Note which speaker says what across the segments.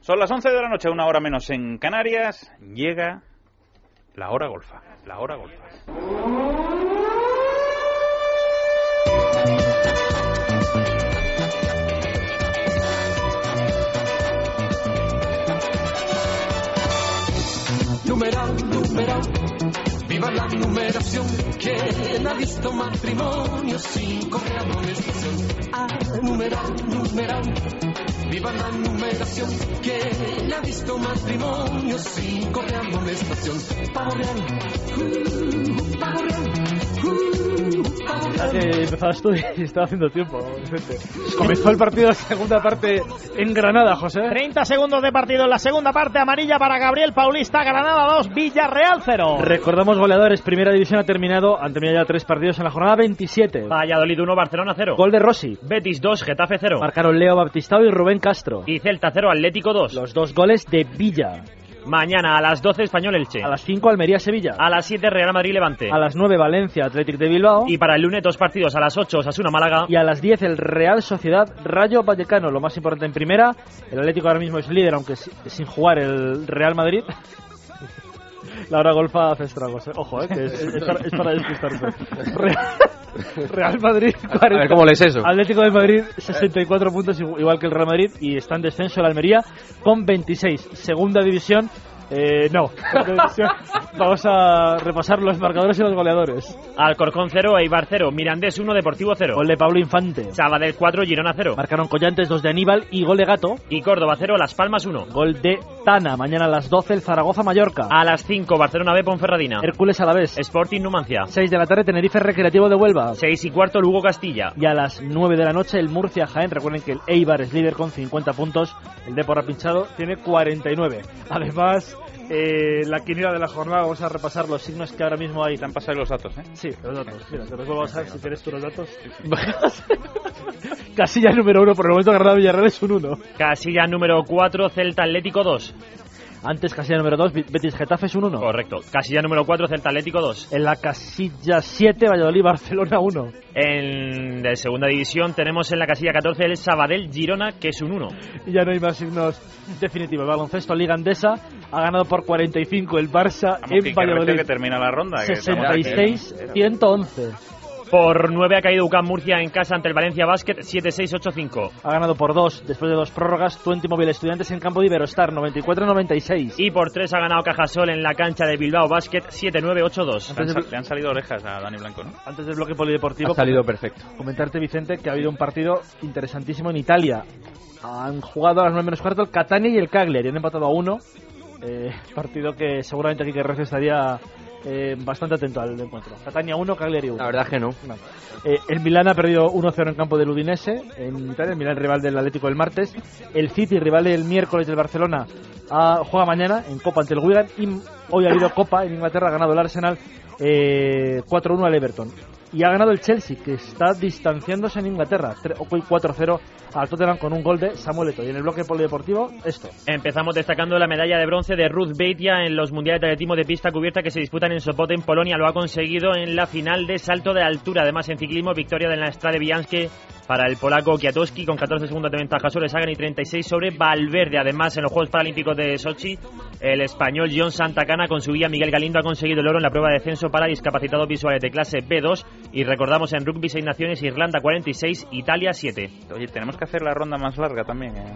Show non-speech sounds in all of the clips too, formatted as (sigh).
Speaker 1: Son las 11 de la noche, una hora menos en Canarias. Llega la hora golfa. La hora golfa.
Speaker 2: numeral, numeral. Viva la numeración, quien ha visto matrimonio sin correa amonestación. Ah, numeral, numeral. Viva la numeración, quien ha visto matrimonio sin correa amonestación. Pavo real, uh, pavo real, uh, pavo real.
Speaker 3: Eh, empezabas tú
Speaker 2: (laughs)
Speaker 3: y estaba haciendo tiempo, Vicente. Comenzó el partido, la segunda parte en Granada, José.
Speaker 4: 30 segundos de partido en la segunda parte. Amarilla para Gabriel Paulista. Granada 2, Villarreal 0.
Speaker 3: Recordamos goleadores, primera división ha terminado, han terminado ya tres partidos en la jornada 27.
Speaker 4: Valladolid 1, Barcelona 0.
Speaker 3: Gol de Rossi.
Speaker 4: Betis 2, Getafe 0.
Speaker 3: Marcaron Leo Baptistao y Rubén Castro.
Speaker 4: Y Celta 0, Atlético 2.
Speaker 3: Los dos goles de Villa.
Speaker 4: Mañana a las 12, Español Elche.
Speaker 3: A las 5 Almería-Sevilla.
Speaker 4: A las 7, Real Madrid Levante.
Speaker 3: A las 9 Valencia Athletic de Bilbao.
Speaker 4: Y para el lunes, dos partidos. A las 8, Osasuna Málaga.
Speaker 3: Y a las 10 el Real Sociedad Rayo Vallecano. Lo más importante en primera. El Atlético ahora mismo es líder, aunque si- sin jugar el Real Madrid. (laughs) La hora golfa hace estragos. eh. Ojo, eh, que es, es para, es para despistarse.
Speaker 5: (laughs)
Speaker 3: Real, Real Madrid 40.
Speaker 5: A ver cómo lees eso.
Speaker 3: Atlético de Madrid 64 puntos igu- igual que el Real Madrid y está en descenso el Almería con 26. Segunda división. eh,
Speaker 5: (laughs)
Speaker 3: no, Segunda división. vamos a repasar los marcadores y los goleadores.
Speaker 4: Alcorcón 0, Eibar 0. Mirandés 1, Deportivo 0.
Speaker 3: Gol de Pablo Infante.
Speaker 4: Sabadell 4, Girona 0.
Speaker 3: Marcaron Collantes, dos de Aníbal y gol de Gato.
Speaker 4: Y Córdoba 0, Las Palmas 1.
Speaker 3: Gol de Tana. Mañana a las 12 el Zaragoza-Mallorca.
Speaker 4: A las 5, Barcelona B, Ponferradina.
Speaker 3: Hércules a la vez.
Speaker 4: Sporting Numancia.
Speaker 3: 6 de la tarde Tenerife Recreativo de Huelva.
Speaker 4: 6 y cuarto, Lugo Castilla.
Speaker 3: Y a las 9 de la noche el Murcia Jaén. Recuerden que el Eibar es líder con 50 puntos. El Depor ha pinchado, tiene 49. Además, eh, la quiniela de la jornada, vamos a repasar los signos que ahora mismo hay.
Speaker 1: Te han pasado los datos, ¿eh?
Speaker 3: Sí, los datos. Mira, te los vuelvo a pasar si quieres tú los datos. (laughs) Casilla número 1, por el momento Granada Villarreal es un 1.
Speaker 4: Casilla número 4, Celta Atlético 2.
Speaker 3: Antes casilla número 2, Betis Getafe es un 1.
Speaker 4: Correcto. Casilla número 4, Celta Atlético 2.
Speaker 3: En la casilla 7, Valladolid, Barcelona 1.
Speaker 4: En de segunda división tenemos en la casilla 14 el Sabadell Girona, que es un 1.
Speaker 3: Y ya no hay más signos definitivos. Baloncesto Liga Andesa ha ganado por 45 el Barça
Speaker 1: Vamos, que-
Speaker 3: en
Speaker 1: que parece
Speaker 3: Valladolid.
Speaker 1: que termina la ronda. que estamos aquí.
Speaker 3: 66-111.
Speaker 4: Por 9 ha caído UCAM Murcia en casa ante el Valencia Basket 7-6-8-5.
Speaker 3: Ha ganado por 2 después de dos prórrogas. Twenty Móvil Estudiantes en campo de Iberostar 94-96.
Speaker 4: Y por 3 ha ganado Cajasol en la cancha de Bilbao Basket 7-9-8-2.
Speaker 1: Le han sal- le han salido orejas a Dani Blanco, ¿no?
Speaker 3: Antes del bloque polideportivo,
Speaker 5: Ha salido perfecto.
Speaker 3: comentarte, Vicente, que ha habido un partido interesantísimo en Italia. Han jugado a las 9 menos cuarto el Catania y el Cagliari. Han empatado a 1. Eh, partido que seguramente Quique Recio estaría eh, bastante atento al encuentro. Catania 1, Cagliari 1.
Speaker 5: La verdad que no.
Speaker 3: No. Eh, el Milán ha perdido 1-0 en campo del Udinese, en Italia, el Milán rival del Atlético del martes. El City, rival del miércoles del Barcelona, ah, juega mañana en Copa ante el Wigan. Y hoy ha habido Copa en Inglaterra, ha ganado el Arsenal eh, 4-1 al Everton. Y ha ganado el Chelsea, que está distanciándose en Inglaterra, tre- 4-0 al Tottenham con un gol de Samuel Eto'o. Y en el bloque polideportivo, esto.
Speaker 4: Empezamos destacando la medalla de bronce de Ruth Beitia en los mundiales de atletismo de pista cubierta que se disputan en Sopote, en Polonia. Lo ha conseguido en la final de salto de altura. Además, en ciclismo, victoria de la Strade Bianche para el polaco Kwiatkowski con 14 segundos de ventaja sobre Sagan y 36 sobre Valverde. Además, en los Juegos Paralímpicos de Sochi, el español John Santacana con su guía Miguel Galindo ha conseguido el oro en la prueba de censo para discapacitados visuales de clase B2. Y recordamos en rugby 6 naciones, Irlanda 46, Italia 7.
Speaker 1: Oye, tenemos que hacer la ronda más larga también. ¿eh?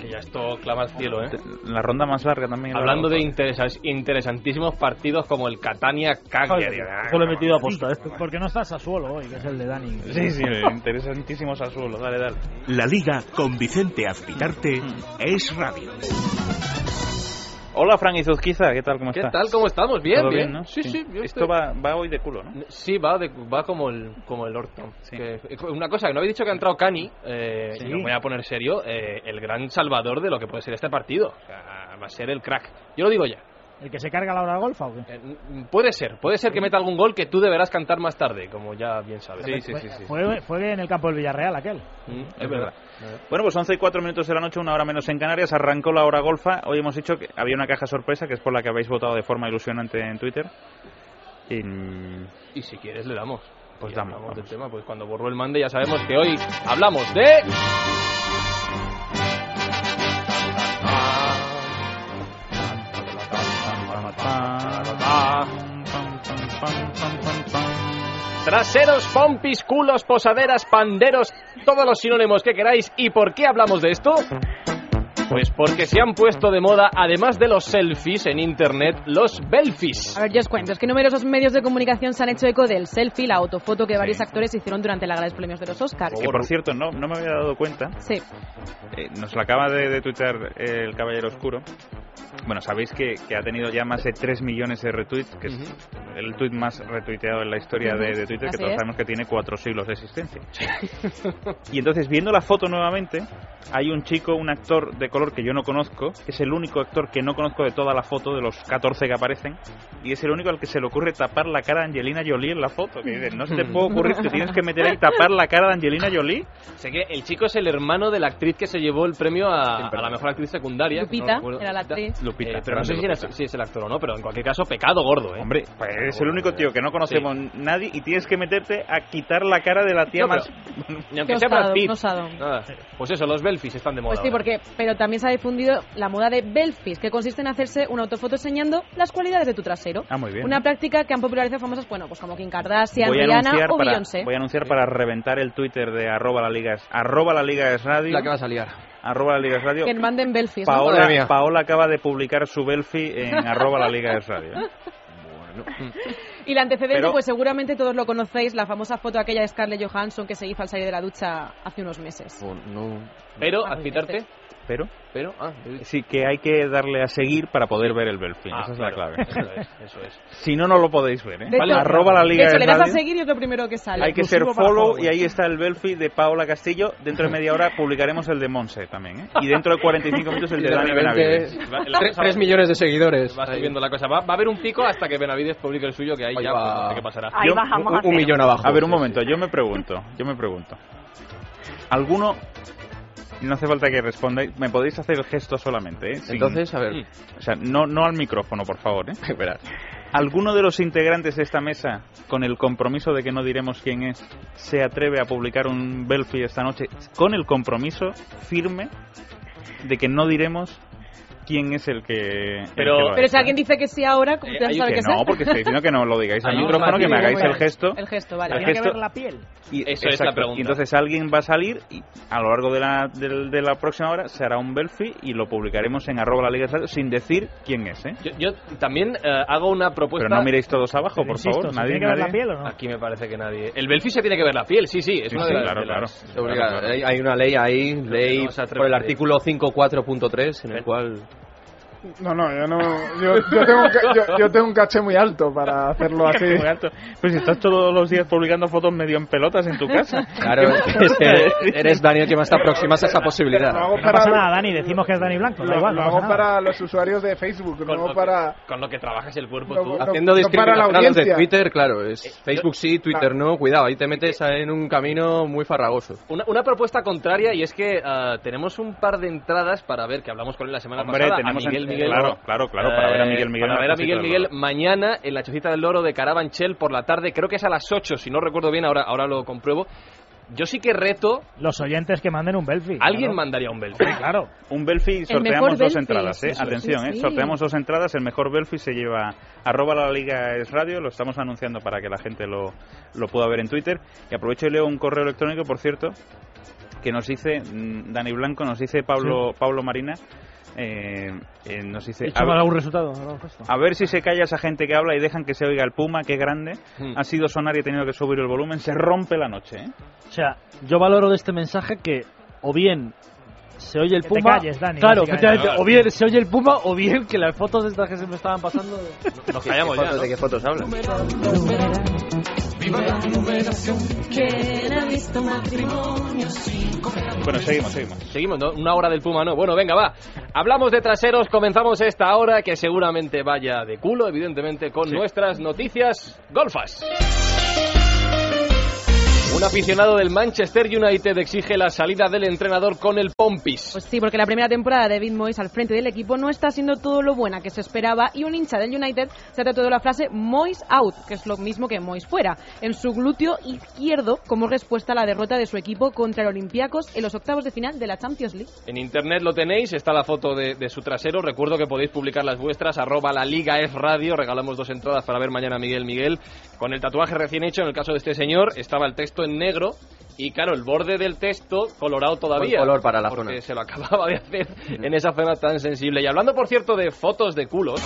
Speaker 6: Que ya esto clama al cielo, ¿eh?
Speaker 1: La ronda más larga también.
Speaker 6: Hablando de interesas- interesantísimos partidos como el Catania Cagliari. Ah,
Speaker 3: Eso lo he metido a posta. ¿eh?
Speaker 7: Porque no está Sassuolo hoy, que es el de Dani.
Speaker 1: Sí, sí, interesantísimo Sassuolo. Dale, dale. Mm.
Speaker 8: La Liga con Vicente Azpitarte es radio.
Speaker 1: Hola, Frank Izuzquiza. ¿Qué tal? ¿Cómo
Speaker 6: ¿Qué
Speaker 1: está?
Speaker 6: tal? ¿Cómo estamos? Bien,
Speaker 1: ¿Todo
Speaker 6: bien.
Speaker 1: ¿no?
Speaker 6: Sí, sí. yo
Speaker 1: Esto
Speaker 6: estoy-
Speaker 1: va, va hoy de culo, ¿no?
Speaker 6: Sí, va, de- va como el, como el orto.
Speaker 1: Sí.
Speaker 6: Que- una cosa, que no habéis dicho que ha entrado Cani, eh, y me voy a poner serio, eh, el gran salvador de lo que puede ser este partido. O sea, va a ser el crack. Yo lo digo ya.
Speaker 7: ¿El que se carga a la hora de golfa o qué?
Speaker 6: Eh, n- puede ser, puede ser que meta algún gol que tú deberás cantar más tarde, como ya bien sabes.
Speaker 1: Sí, sí, sí. sí.
Speaker 7: Fue, fue en el campo del Villarreal aquel.
Speaker 6: Mm, es verdad.
Speaker 1: Bueno, pues 11 y 4 minutos de la noche, una hora menos en Canarias. Arrancó la hora golfa. Hoy hemos dicho que había una caja sorpresa, que es por la que habéis votado de forma ilusionante en Twitter. Y, mm,
Speaker 6: Y si quieres le damos.
Speaker 1: Pues
Speaker 6: Y
Speaker 1: damos,
Speaker 6: hablamos del
Speaker 1: vamos.
Speaker 6: tema, pues cuando borró el mande ya sabemos que hoy hablamos de Traseros, pompis, culos, posaderas, panderos, todos los sinónimos que queráis. ¿Y por qué hablamos de esto? Pues porque se han puesto de moda, además de los selfies en internet, los belfis.
Speaker 5: A ver, yo os cuento, es que numerosos medios de comunicación se han hecho eco del selfie, la autofoto que varios actores hicieron durante la gala de los premios de los Oscars.
Speaker 1: Que por cierto, no, no me había dado cuenta.
Speaker 5: Sí,
Speaker 1: Eh, nos lo acaba de, de tuitear el Caballero Oscuro. Bueno, sabéis que, que ha tenido ya más de 3 millones de retweets, que es el tweet más retuiteado en la historia de, de Twitter, que
Speaker 5: Así
Speaker 1: todos
Speaker 5: es.
Speaker 1: sabemos que tiene 4 siglos de existencia. y entonces, viendo la foto nuevamente, hay un chico, un actor de color que yo no conozco, que es el único actor que no conozco de toda la foto, de los 14 que aparecen, y es el único al que se le ocurre tapar la cara de Angelina Jolie en la foto. Que dice, no se te puede ocurrir, te tienes que meter ahí y tapar la cara de Angelina Jolie.
Speaker 6: Sé que el chico es el hermano de la actriz que se llevó el premio a, a la mejor actriz secundaria. que
Speaker 5: Lupita,
Speaker 6: recuerdo.
Speaker 5: era la actriz.
Speaker 1: Lupita,
Speaker 6: Eh, pero no sé si,
Speaker 1: Lupita.
Speaker 6: era- si es el actor o no, pero en cualquier caso, pecado gordo, ¿eh?
Speaker 1: Hombre, pues es el único tío que no conocemos nadie y tienes que meterte a quitar la cara de la tía
Speaker 6: No,
Speaker 1: más... (laughs)
Speaker 6: Ni
Speaker 5: qué
Speaker 6: aunque sea Brad
Speaker 5: osado,
Speaker 6: Pitt.
Speaker 5: qué osado.
Speaker 6: Nada. Pues eso, los belfis están de moda.
Speaker 5: Pues sí,
Speaker 6: ahora.
Speaker 5: porque, pero también se ha difundido la moda de belfis, que consiste en hacerse una autofoto enseñando las cualidades de tu trasero.
Speaker 1: Ah, muy bien.
Speaker 5: Una práctica que han popularizado famosas, bueno, pues como Kim Kardashian,
Speaker 1: Voy a,
Speaker 5: Rihanna
Speaker 1: anunciar
Speaker 5: o
Speaker 1: para,
Speaker 5: Beyoncé.
Speaker 1: voy a anunciar para reventar el Twitter de arroba la liga es, arroba la liga es radio,
Speaker 9: La que vas a liar.
Speaker 1: arroba la liga es radio.
Speaker 5: Que manden belfis. ¿no?
Speaker 9: Madre
Speaker 1: Paola,
Speaker 9: mía.
Speaker 1: Paola acaba de publicar su belfi en (laughs) arroba la liga es radio.
Speaker 5: (laughs) Y la antecedente,
Speaker 1: Pero-
Speaker 5: pues seguramente todos lo conocéis, la famosa foto aquella de Scarlett Johansson que se hizo al salir de la ducha hace unos meses.
Speaker 9: Oh, no.
Speaker 6: Pero,
Speaker 5: Ah,
Speaker 6: admitarte,
Speaker 1: Pero
Speaker 9: Pero, ah,
Speaker 1: sí que hay que darle a seguir para poder ver el belfi.
Speaker 6: Ah,
Speaker 1: Esa es la
Speaker 6: claro.
Speaker 1: clave.
Speaker 6: Eso es, eso es.
Speaker 1: Si no, no lo podéis ver. ¿eh?
Speaker 5: De hecho-
Speaker 1: arroba la liga
Speaker 5: de hecho,
Speaker 1: es
Speaker 5: le das a
Speaker 1: radio.
Speaker 5: seguir y es lo primero que sale.
Speaker 1: Hay que ser
Speaker 7: Exclusivo para
Speaker 1: follow
Speaker 7: follow.
Speaker 1: y ahí está el Belfi de Paola Castillo. Dentro de media hora publicaremos el de Monse también. ¿eh? Y dentro de 45 minutos el de Dani Benavides.
Speaker 6: La
Speaker 9: Tres,
Speaker 6: cosa-
Speaker 9: tres millones de seguidores.
Speaker 6: Va
Speaker 9: Ahí.
Speaker 6: subiendo la cosa. Va, va a haber un pico hasta que Benavides publique el suyo, que ahí
Speaker 9: Ahí
Speaker 6: ya
Speaker 9: va.
Speaker 6: pues, no sé qué pasará.
Speaker 10: Ahí
Speaker 1: Yo-
Speaker 10: bajamos
Speaker 9: Un,
Speaker 10: a
Speaker 9: un
Speaker 10: cero.
Speaker 9: millón abajo.
Speaker 1: A ver, un
Speaker 9: Sí, sí.
Speaker 1: momento. Yo me pregunto. Yo me pregunto. ¿Alguno...? No hace falta que respondáis. Me podéis hacer el gesto solamente. ¿eh? Sin-
Speaker 9: Entonces, a ver.
Speaker 1: O sea, no, no al micrófono, por
Speaker 9: (laughs)
Speaker 1: favor. ¿eh?
Speaker 9: Verás.
Speaker 1: ¿Alguno de los integrantes de esta mesa, con el compromiso de que no diremos quién es, se atreve a publicar un Belfi esta noche con el compromiso firme de que no diremos quién es el que... el
Speaker 6: Pero-
Speaker 1: que lo ha
Speaker 5: Pero si
Speaker 1: hecho,
Speaker 5: alguien
Speaker 1: ¿eh?
Speaker 5: dice que sí ahora, ¿cómo
Speaker 6: Eh,
Speaker 5: te vas a
Speaker 6: hay
Speaker 5: saber
Speaker 1: que
Speaker 5: que
Speaker 1: no,
Speaker 5: sí?
Speaker 1: porque estoy diciendo
Speaker 5: (laughs)
Speaker 1: que no lo digáis al
Speaker 6: Hay un
Speaker 1: micrófono, que me
Speaker 6: matiz,
Speaker 1: hagáis el
Speaker 6: bueno.
Speaker 1: gesto.
Speaker 5: El gesto, vale.
Speaker 1: El
Speaker 7: Tiene que
Speaker 1: gesto-
Speaker 7: ver la piel.
Speaker 1: Y,
Speaker 6: Eso es la pregunta.
Speaker 1: Y entonces alguien va a salir y a lo largo de la, de, de la próxima hora se hará un Belfi y lo publicaremos en arroba la liga de Radio sin decir quién es, ¿eh?
Speaker 6: Yo, yo también eh, hago una propuesta.
Speaker 1: Pero no miréis todos abajo,
Speaker 7: Pero
Speaker 1: por
Speaker 7: insisto,
Speaker 1: favor.
Speaker 7: ¿se
Speaker 1: Nadie,
Speaker 7: ¿Tiene que ver la
Speaker 1: nadie.
Speaker 7: piel o no?
Speaker 6: Aquí me parece que nadie. El Belfi se tiene que ver la piel, sí, sí. Es
Speaker 1: Sí,
Speaker 6: una
Speaker 1: sí,
Speaker 6: de las.
Speaker 1: claro,
Speaker 6: de las-
Speaker 1: claro.
Speaker 9: Es obligado. Hay, hay una ley ahí, ley
Speaker 6: no se atreve
Speaker 9: por el
Speaker 6: a decir.
Speaker 9: artículo 5.4.3, en el cual.
Speaker 11: No, no, yo no. Yo, yo tengo, un ca- yo, yo tengo un caché muy alto para hacerlo así.
Speaker 1: Muy alto. Pues si estás todos los días publicando fotos medio en pelotas en tu casa.
Speaker 9: Claro,
Speaker 1: (laughs)
Speaker 9: es que eres Daniel que más te aproximas a esa posibilidad.
Speaker 11: Lo hago
Speaker 7: No pasa
Speaker 11: para,
Speaker 7: nada, Dani, decimos que es Dani Blanco. da
Speaker 11: lo-
Speaker 7: igual,
Speaker 11: lo
Speaker 7: no
Speaker 11: hago
Speaker 7: pasa nada.
Speaker 11: para los usuarios de Facebook,
Speaker 6: Con,
Speaker 11: no
Speaker 6: lo
Speaker 11: para.
Speaker 6: que, con lo que trabajas el cuerpo
Speaker 11: No,
Speaker 6: tú.
Speaker 11: no.
Speaker 9: Haciendo
Speaker 11: para la
Speaker 9: discriminación a los de
Speaker 11: audiencia.
Speaker 9: Twitter, claro.
Speaker 6: Eh,
Speaker 9: Es Facebook sí,
Speaker 6: Ah.
Speaker 9: Twitter no. Cuidado, ahí te metes en un camino muy farragoso.
Speaker 6: Una, una propuesta contraria y es que ah, tenemos un par de entradas para ver, que hablamos con él la semana
Speaker 1: Hombre,
Speaker 6: pasada,
Speaker 1: tenemos
Speaker 6: a Miguel Miguel.
Speaker 1: en-
Speaker 6: Eh,
Speaker 1: claro, claro, claro, para ver a Miguel Miguel
Speaker 6: Para
Speaker 1: en la
Speaker 6: ver a
Speaker 1: Chocita
Speaker 6: Miguel
Speaker 1: del
Speaker 6: Miguel
Speaker 1: Loro.
Speaker 6: mañana en la Chocita del Loro de Carabanchel por la tarde, creo que es a las 8, si no recuerdo bien, ahora, ahora lo compruebo. Yo sí que reto,
Speaker 7: Los oyentes que manden un belfi.
Speaker 6: alguien
Speaker 7: claro.
Speaker 6: mandaría un Belfi.
Speaker 7: Hombre, claro.
Speaker 1: Un Belfi
Speaker 5: mejor
Speaker 1: sorteamos dos
Speaker 5: Belfi,
Speaker 1: entradas, ¿eh?
Speaker 5: sí, sí,
Speaker 1: Atención,
Speaker 5: sí,
Speaker 1: ¿eh?
Speaker 5: sí.
Speaker 1: Sorteamos dos entradas. El mejor Belfi se lleva arroba la liga es radio. Lo estamos anunciando para que la gente lo, lo pueda ver en Twitter. Y aprovecho y leo un correo electrónico, por cierto, que nos dice mm, Dani Blanco, nos dice Pablo, Pablo Marina. eh, eh, nos dice
Speaker 3: ¿He
Speaker 1: a ver-
Speaker 3: algún resultado? ¿Algún gesto?
Speaker 1: A ver si se calla esa gente que habla y dejan que se oiga el puma, qué grande. Ha sido sonar y he tenido que subir el volumen. Se rompe la noche, ¿eh?
Speaker 3: O sea, yo valoro de este mensaje que o bien se oye el
Speaker 7: Que te
Speaker 3: puma.
Speaker 7: calles, Dani,
Speaker 3: claro,
Speaker 7: básicamente.
Speaker 3: efectivamente, o bien se oye el puma o bien que las fotos estas que se me estaban pasando.
Speaker 1: (laughs)
Speaker 6: Nos callamos ya, ¿no?
Speaker 9: ¿De qué fotos hablas?
Speaker 2: Viva la numeración,
Speaker 5: ¿Quién ha visto matrimonio?
Speaker 1: Bueno, seguimos, seguimos.
Speaker 6: Seguimos, ¿no? Una hora del Puma, no. Bueno, venga, va. Hablamos de traseros, comenzamos esta hora que seguramente vaya de culo, evidentemente, con nuestras noticias golfas. Un aficionado del Manchester United exige la salida del entrenador con el Pompis.
Speaker 5: Pues sí, porque la primera temporada de David Moyes al frente del equipo no está siendo todo lo buena que se esperaba y un hincha del United se ha tratado de la frase Moyes out, que es lo mismo que Moyes fuera, en su glúteo izquierdo como respuesta a la derrota de su equipo contra el Olympiacos en los octavos de final de la Champions League.
Speaker 6: En internet lo tenéis, está la foto de, de su trasero. Recuerdo que podéis publicar las vuestras, arroba la Liga F Radio. Regalamos dos entradas para ver mañana a Miguel Miguel. Con el tatuaje recién hecho, en el caso de este señor, estaba el texto en negro y claro, el borde del texto colorado todavía.
Speaker 9: Buen color para la zona.
Speaker 6: porque se lo acababa
Speaker 9: (laughs)
Speaker 6: de hacer en esa zona tan sensible. Y hablando, por cierto, de fotos de culos.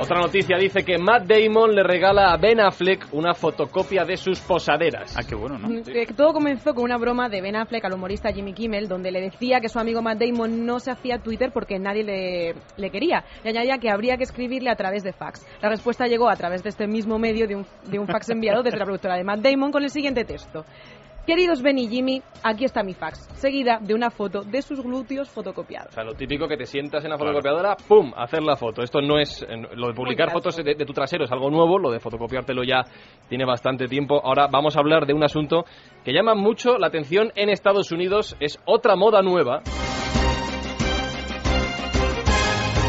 Speaker 6: Otra noticia dice que Matt Damon le regala a Ben Affleck una fotocopia de sus posaderas.
Speaker 1: Ah, qué bueno, ¿no?
Speaker 5: Mm, eh, Que Todo comenzó con una broma de Ben Affleck al humorista Jimmy Kimmel, donde le decía que su amigo Matt Damon no se hacía Twitter porque nadie le, le quería. Y añadía que habría que escribirle a través de fax. La respuesta llegó a través de este mismo medio de un, de un fax enviado desde la productora de Matt Damon con el siguiente texto. Queridos Ben y Jimmy, aquí está mi fax, seguida de una foto de sus glúteos
Speaker 6: O
Speaker 5: fotocopiados.
Speaker 6: sea, lo típico que te sientas en la fotocopiadora, ¡pum! Hacer la foto. Esto no es. eh, Lo de publicar
Speaker 5: Muy
Speaker 6: fotos de, de tu trasero es algo nuevo, lo de fotocopiártelo ya tiene bastante tiempo. Ahora vamos a hablar de un asunto que llama mucho la atención en Estados Unidos. Es otra moda nueva.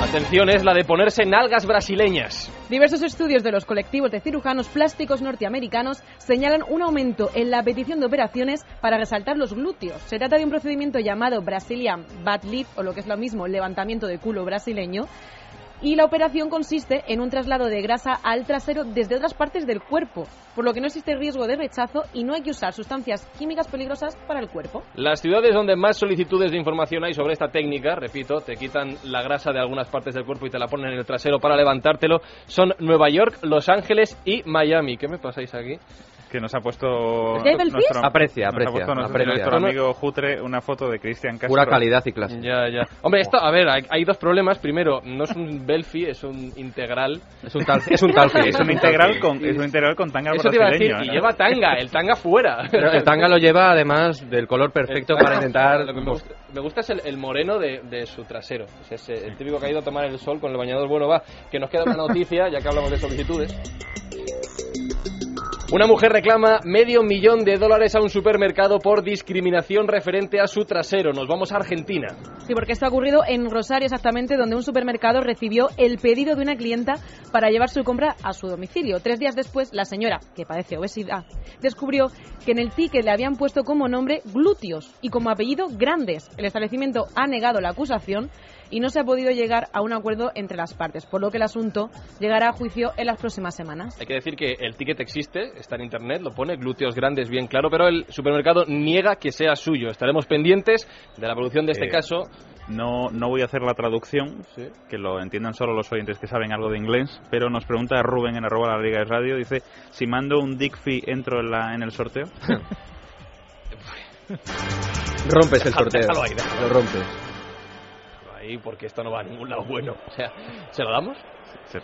Speaker 6: Atención, es la de ponerse nalgas brasileñas.
Speaker 5: Diversos estudios de los colectivos de cirujanos plásticos norteamericanos señalan un aumento en la petición de operaciones para resaltar los glúteos. Se trata de un procedimiento llamado Brazilian Butt Lift, o lo que es lo mismo, levantamiento de culo brasileño. Y la operación consiste en un traslado de grasa al trasero desde otras partes del cuerpo, por lo que no existe riesgo de rechazo y no hay que usar sustancias químicas peligrosas para el cuerpo.
Speaker 6: Las ciudades donde más solicitudes de información hay sobre esta técnica, repito, te quitan la grasa de algunas partes del cuerpo y te la ponen en el trasero para levantártelo, son Nueva York, Los Ángeles y Miami. ¿Qué me pasáis aquí?
Speaker 1: Que nos ha puesto
Speaker 5: ¿Ya hay del
Speaker 1: nuestro,
Speaker 5: Fizz?
Speaker 9: Aprecia,
Speaker 1: nos ha
Speaker 9: aprecia,
Speaker 1: puesto nuestro,
Speaker 9: aprecia.
Speaker 1: nuestro amigo Jutre una foto de Cristian Castro. Oh.
Speaker 9: Pura calidad y clase.
Speaker 6: Ya, ya. Hombre, esto, a ver, hay, hay dos problemas. Primero, no es un Belfi, es un integral.
Speaker 9: Es un tal, es un tal
Speaker 6: (laughs)
Speaker 1: Es un integral con, es un integral con tanga
Speaker 6: Eso te iba a decir,
Speaker 1: brasileño,
Speaker 6: y
Speaker 1: ¿eh?
Speaker 6: lleva tanga, el tanga fuera.
Speaker 9: Pero el
Speaker 6: (laughs)
Speaker 9: tanga lo lleva además del color perfecto para intentar.
Speaker 6: Eh, Lo que me, gusta, me gusta es el, el moreno de, de su trasero. Es ese, el típico que ha ido a tomar el sol con el bañador. Bueno, va, que nos queda una noticia, ya que hablamos de solicitudes. Una mujer reclama medio millón de dólares a un supermercado por discriminación referente a su trasero. Nos vamos a Argentina.
Speaker 5: Sí, porque esto ha ocurrido en Rosario exactamente, donde un supermercado recibió el pedido de una clienta para llevar su compra a su domicilio. Tres días después, la señora, que padece obesidad, descubrió que en el ticket le habían puesto como nombre glúteos y como apellido grandes. El establecimiento ha negado la acusación y no se ha podido llegar a un acuerdo entre las partes, por lo que el asunto llegará a juicio en las próximas semanas.
Speaker 6: Hay que decir que el ticket existe, está en internet, lo pone glúteos grandes bien claro, pero el supermercado niega que sea suyo. Estaremos pendientes de la producción de este
Speaker 1: Eh,
Speaker 6: caso.
Speaker 1: No, no voy a hacer la traducción, que lo entiendan solo los oyentes que saben algo de inglés, pero nos pregunta Rubén en arroba la liga de radio, dice, si mando un dick fee, entro en, la- en el sorteo.
Speaker 9: (laughs) Rompes el sorteo.
Speaker 6: déjalo ahí, déjalo.
Speaker 9: Lo rompes.
Speaker 6: Ahí, porque esto no va a ningún lado bueno. O sea, ¿se lo damos?
Speaker 1: Se-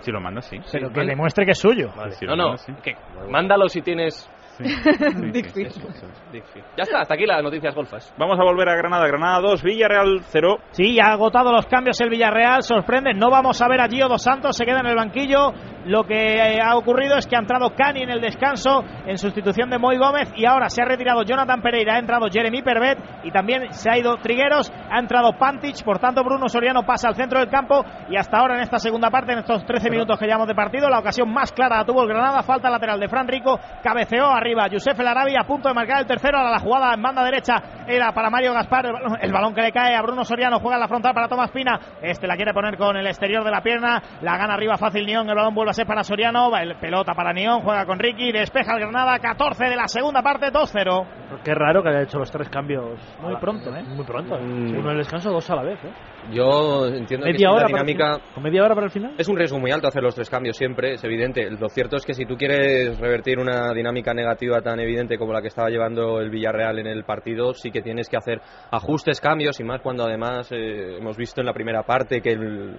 Speaker 1: Si lo mando, sí.
Speaker 7: Pero que demuestre que es suyo.
Speaker 1: Si
Speaker 6: no,
Speaker 1: lo
Speaker 6: no,
Speaker 1: mando, sí.
Speaker 6: que mándalo si tienes...
Speaker 7: (laughs)
Speaker 1: Sí, sí,
Speaker 5: Dick
Speaker 1: sí.
Speaker 5: fee.
Speaker 6: Ya está, hasta aquí las noticias golfas.
Speaker 1: Vamos a volver a Granada. Granada 2, Villarreal 0.
Speaker 7: Sí, ha agotado los cambios el Villarreal, sorprende, no vamos a ver a Gio Dos Santos, se queda en el banquillo. Lo que eh, ha ocurrido es que ha entrado Cani en el descanso en sustitución de Moy Gómez y ahora se ha retirado Jonathan Pereira, ha entrado Jeremy Pervet y también se ha ido Trigueros, ha entrado Pantich, por tanto Bruno Soriano pasa al centro del campo y hasta ahora en esta segunda parte, en estos 13 minutos que llevamos de partido, la ocasión más clara la tuvo el Granada, falta lateral de Fran Rico, cabeceó arriba, Josef El Arabi a punto de marcar el tercero, ahora la jugada en banda derecha era para Mario Gaspar, el balón, el balón que le cae a Bruno Soriano, juega en la frontal para Tomás Pina, este la quiere poner con el exterior de la pierna, la gana arriba fácil Nión, el balón vuelve a ser para Soriano, va el pelota para Nión, juega con Ricky, despeja el Granada, 14 de la segunda parte, 2-0.
Speaker 3: Qué raro que haya hecho los tres cambios
Speaker 7: Muy pronto, ¿eh?
Speaker 3: Muy pronto.
Speaker 9: Mm.
Speaker 3: Uno en el descanso, dos a la vez, ¿eh?
Speaker 9: Yo entiendo que
Speaker 3: Media
Speaker 9: es una
Speaker 3: hora, para el
Speaker 9: dinámica.
Speaker 3: final. ¿Con media hora para el final?
Speaker 9: Es un riesgo muy alto hacer los tres cambios siempre, es evidente. Lo cierto es que si tú quieres revertir una dinámica negativa tan evidente como la que estaba llevando el Villarreal en el partido, sí que tienes que hacer ajustes, cambios y más cuando además eh, hemos visto en la primera parte que el,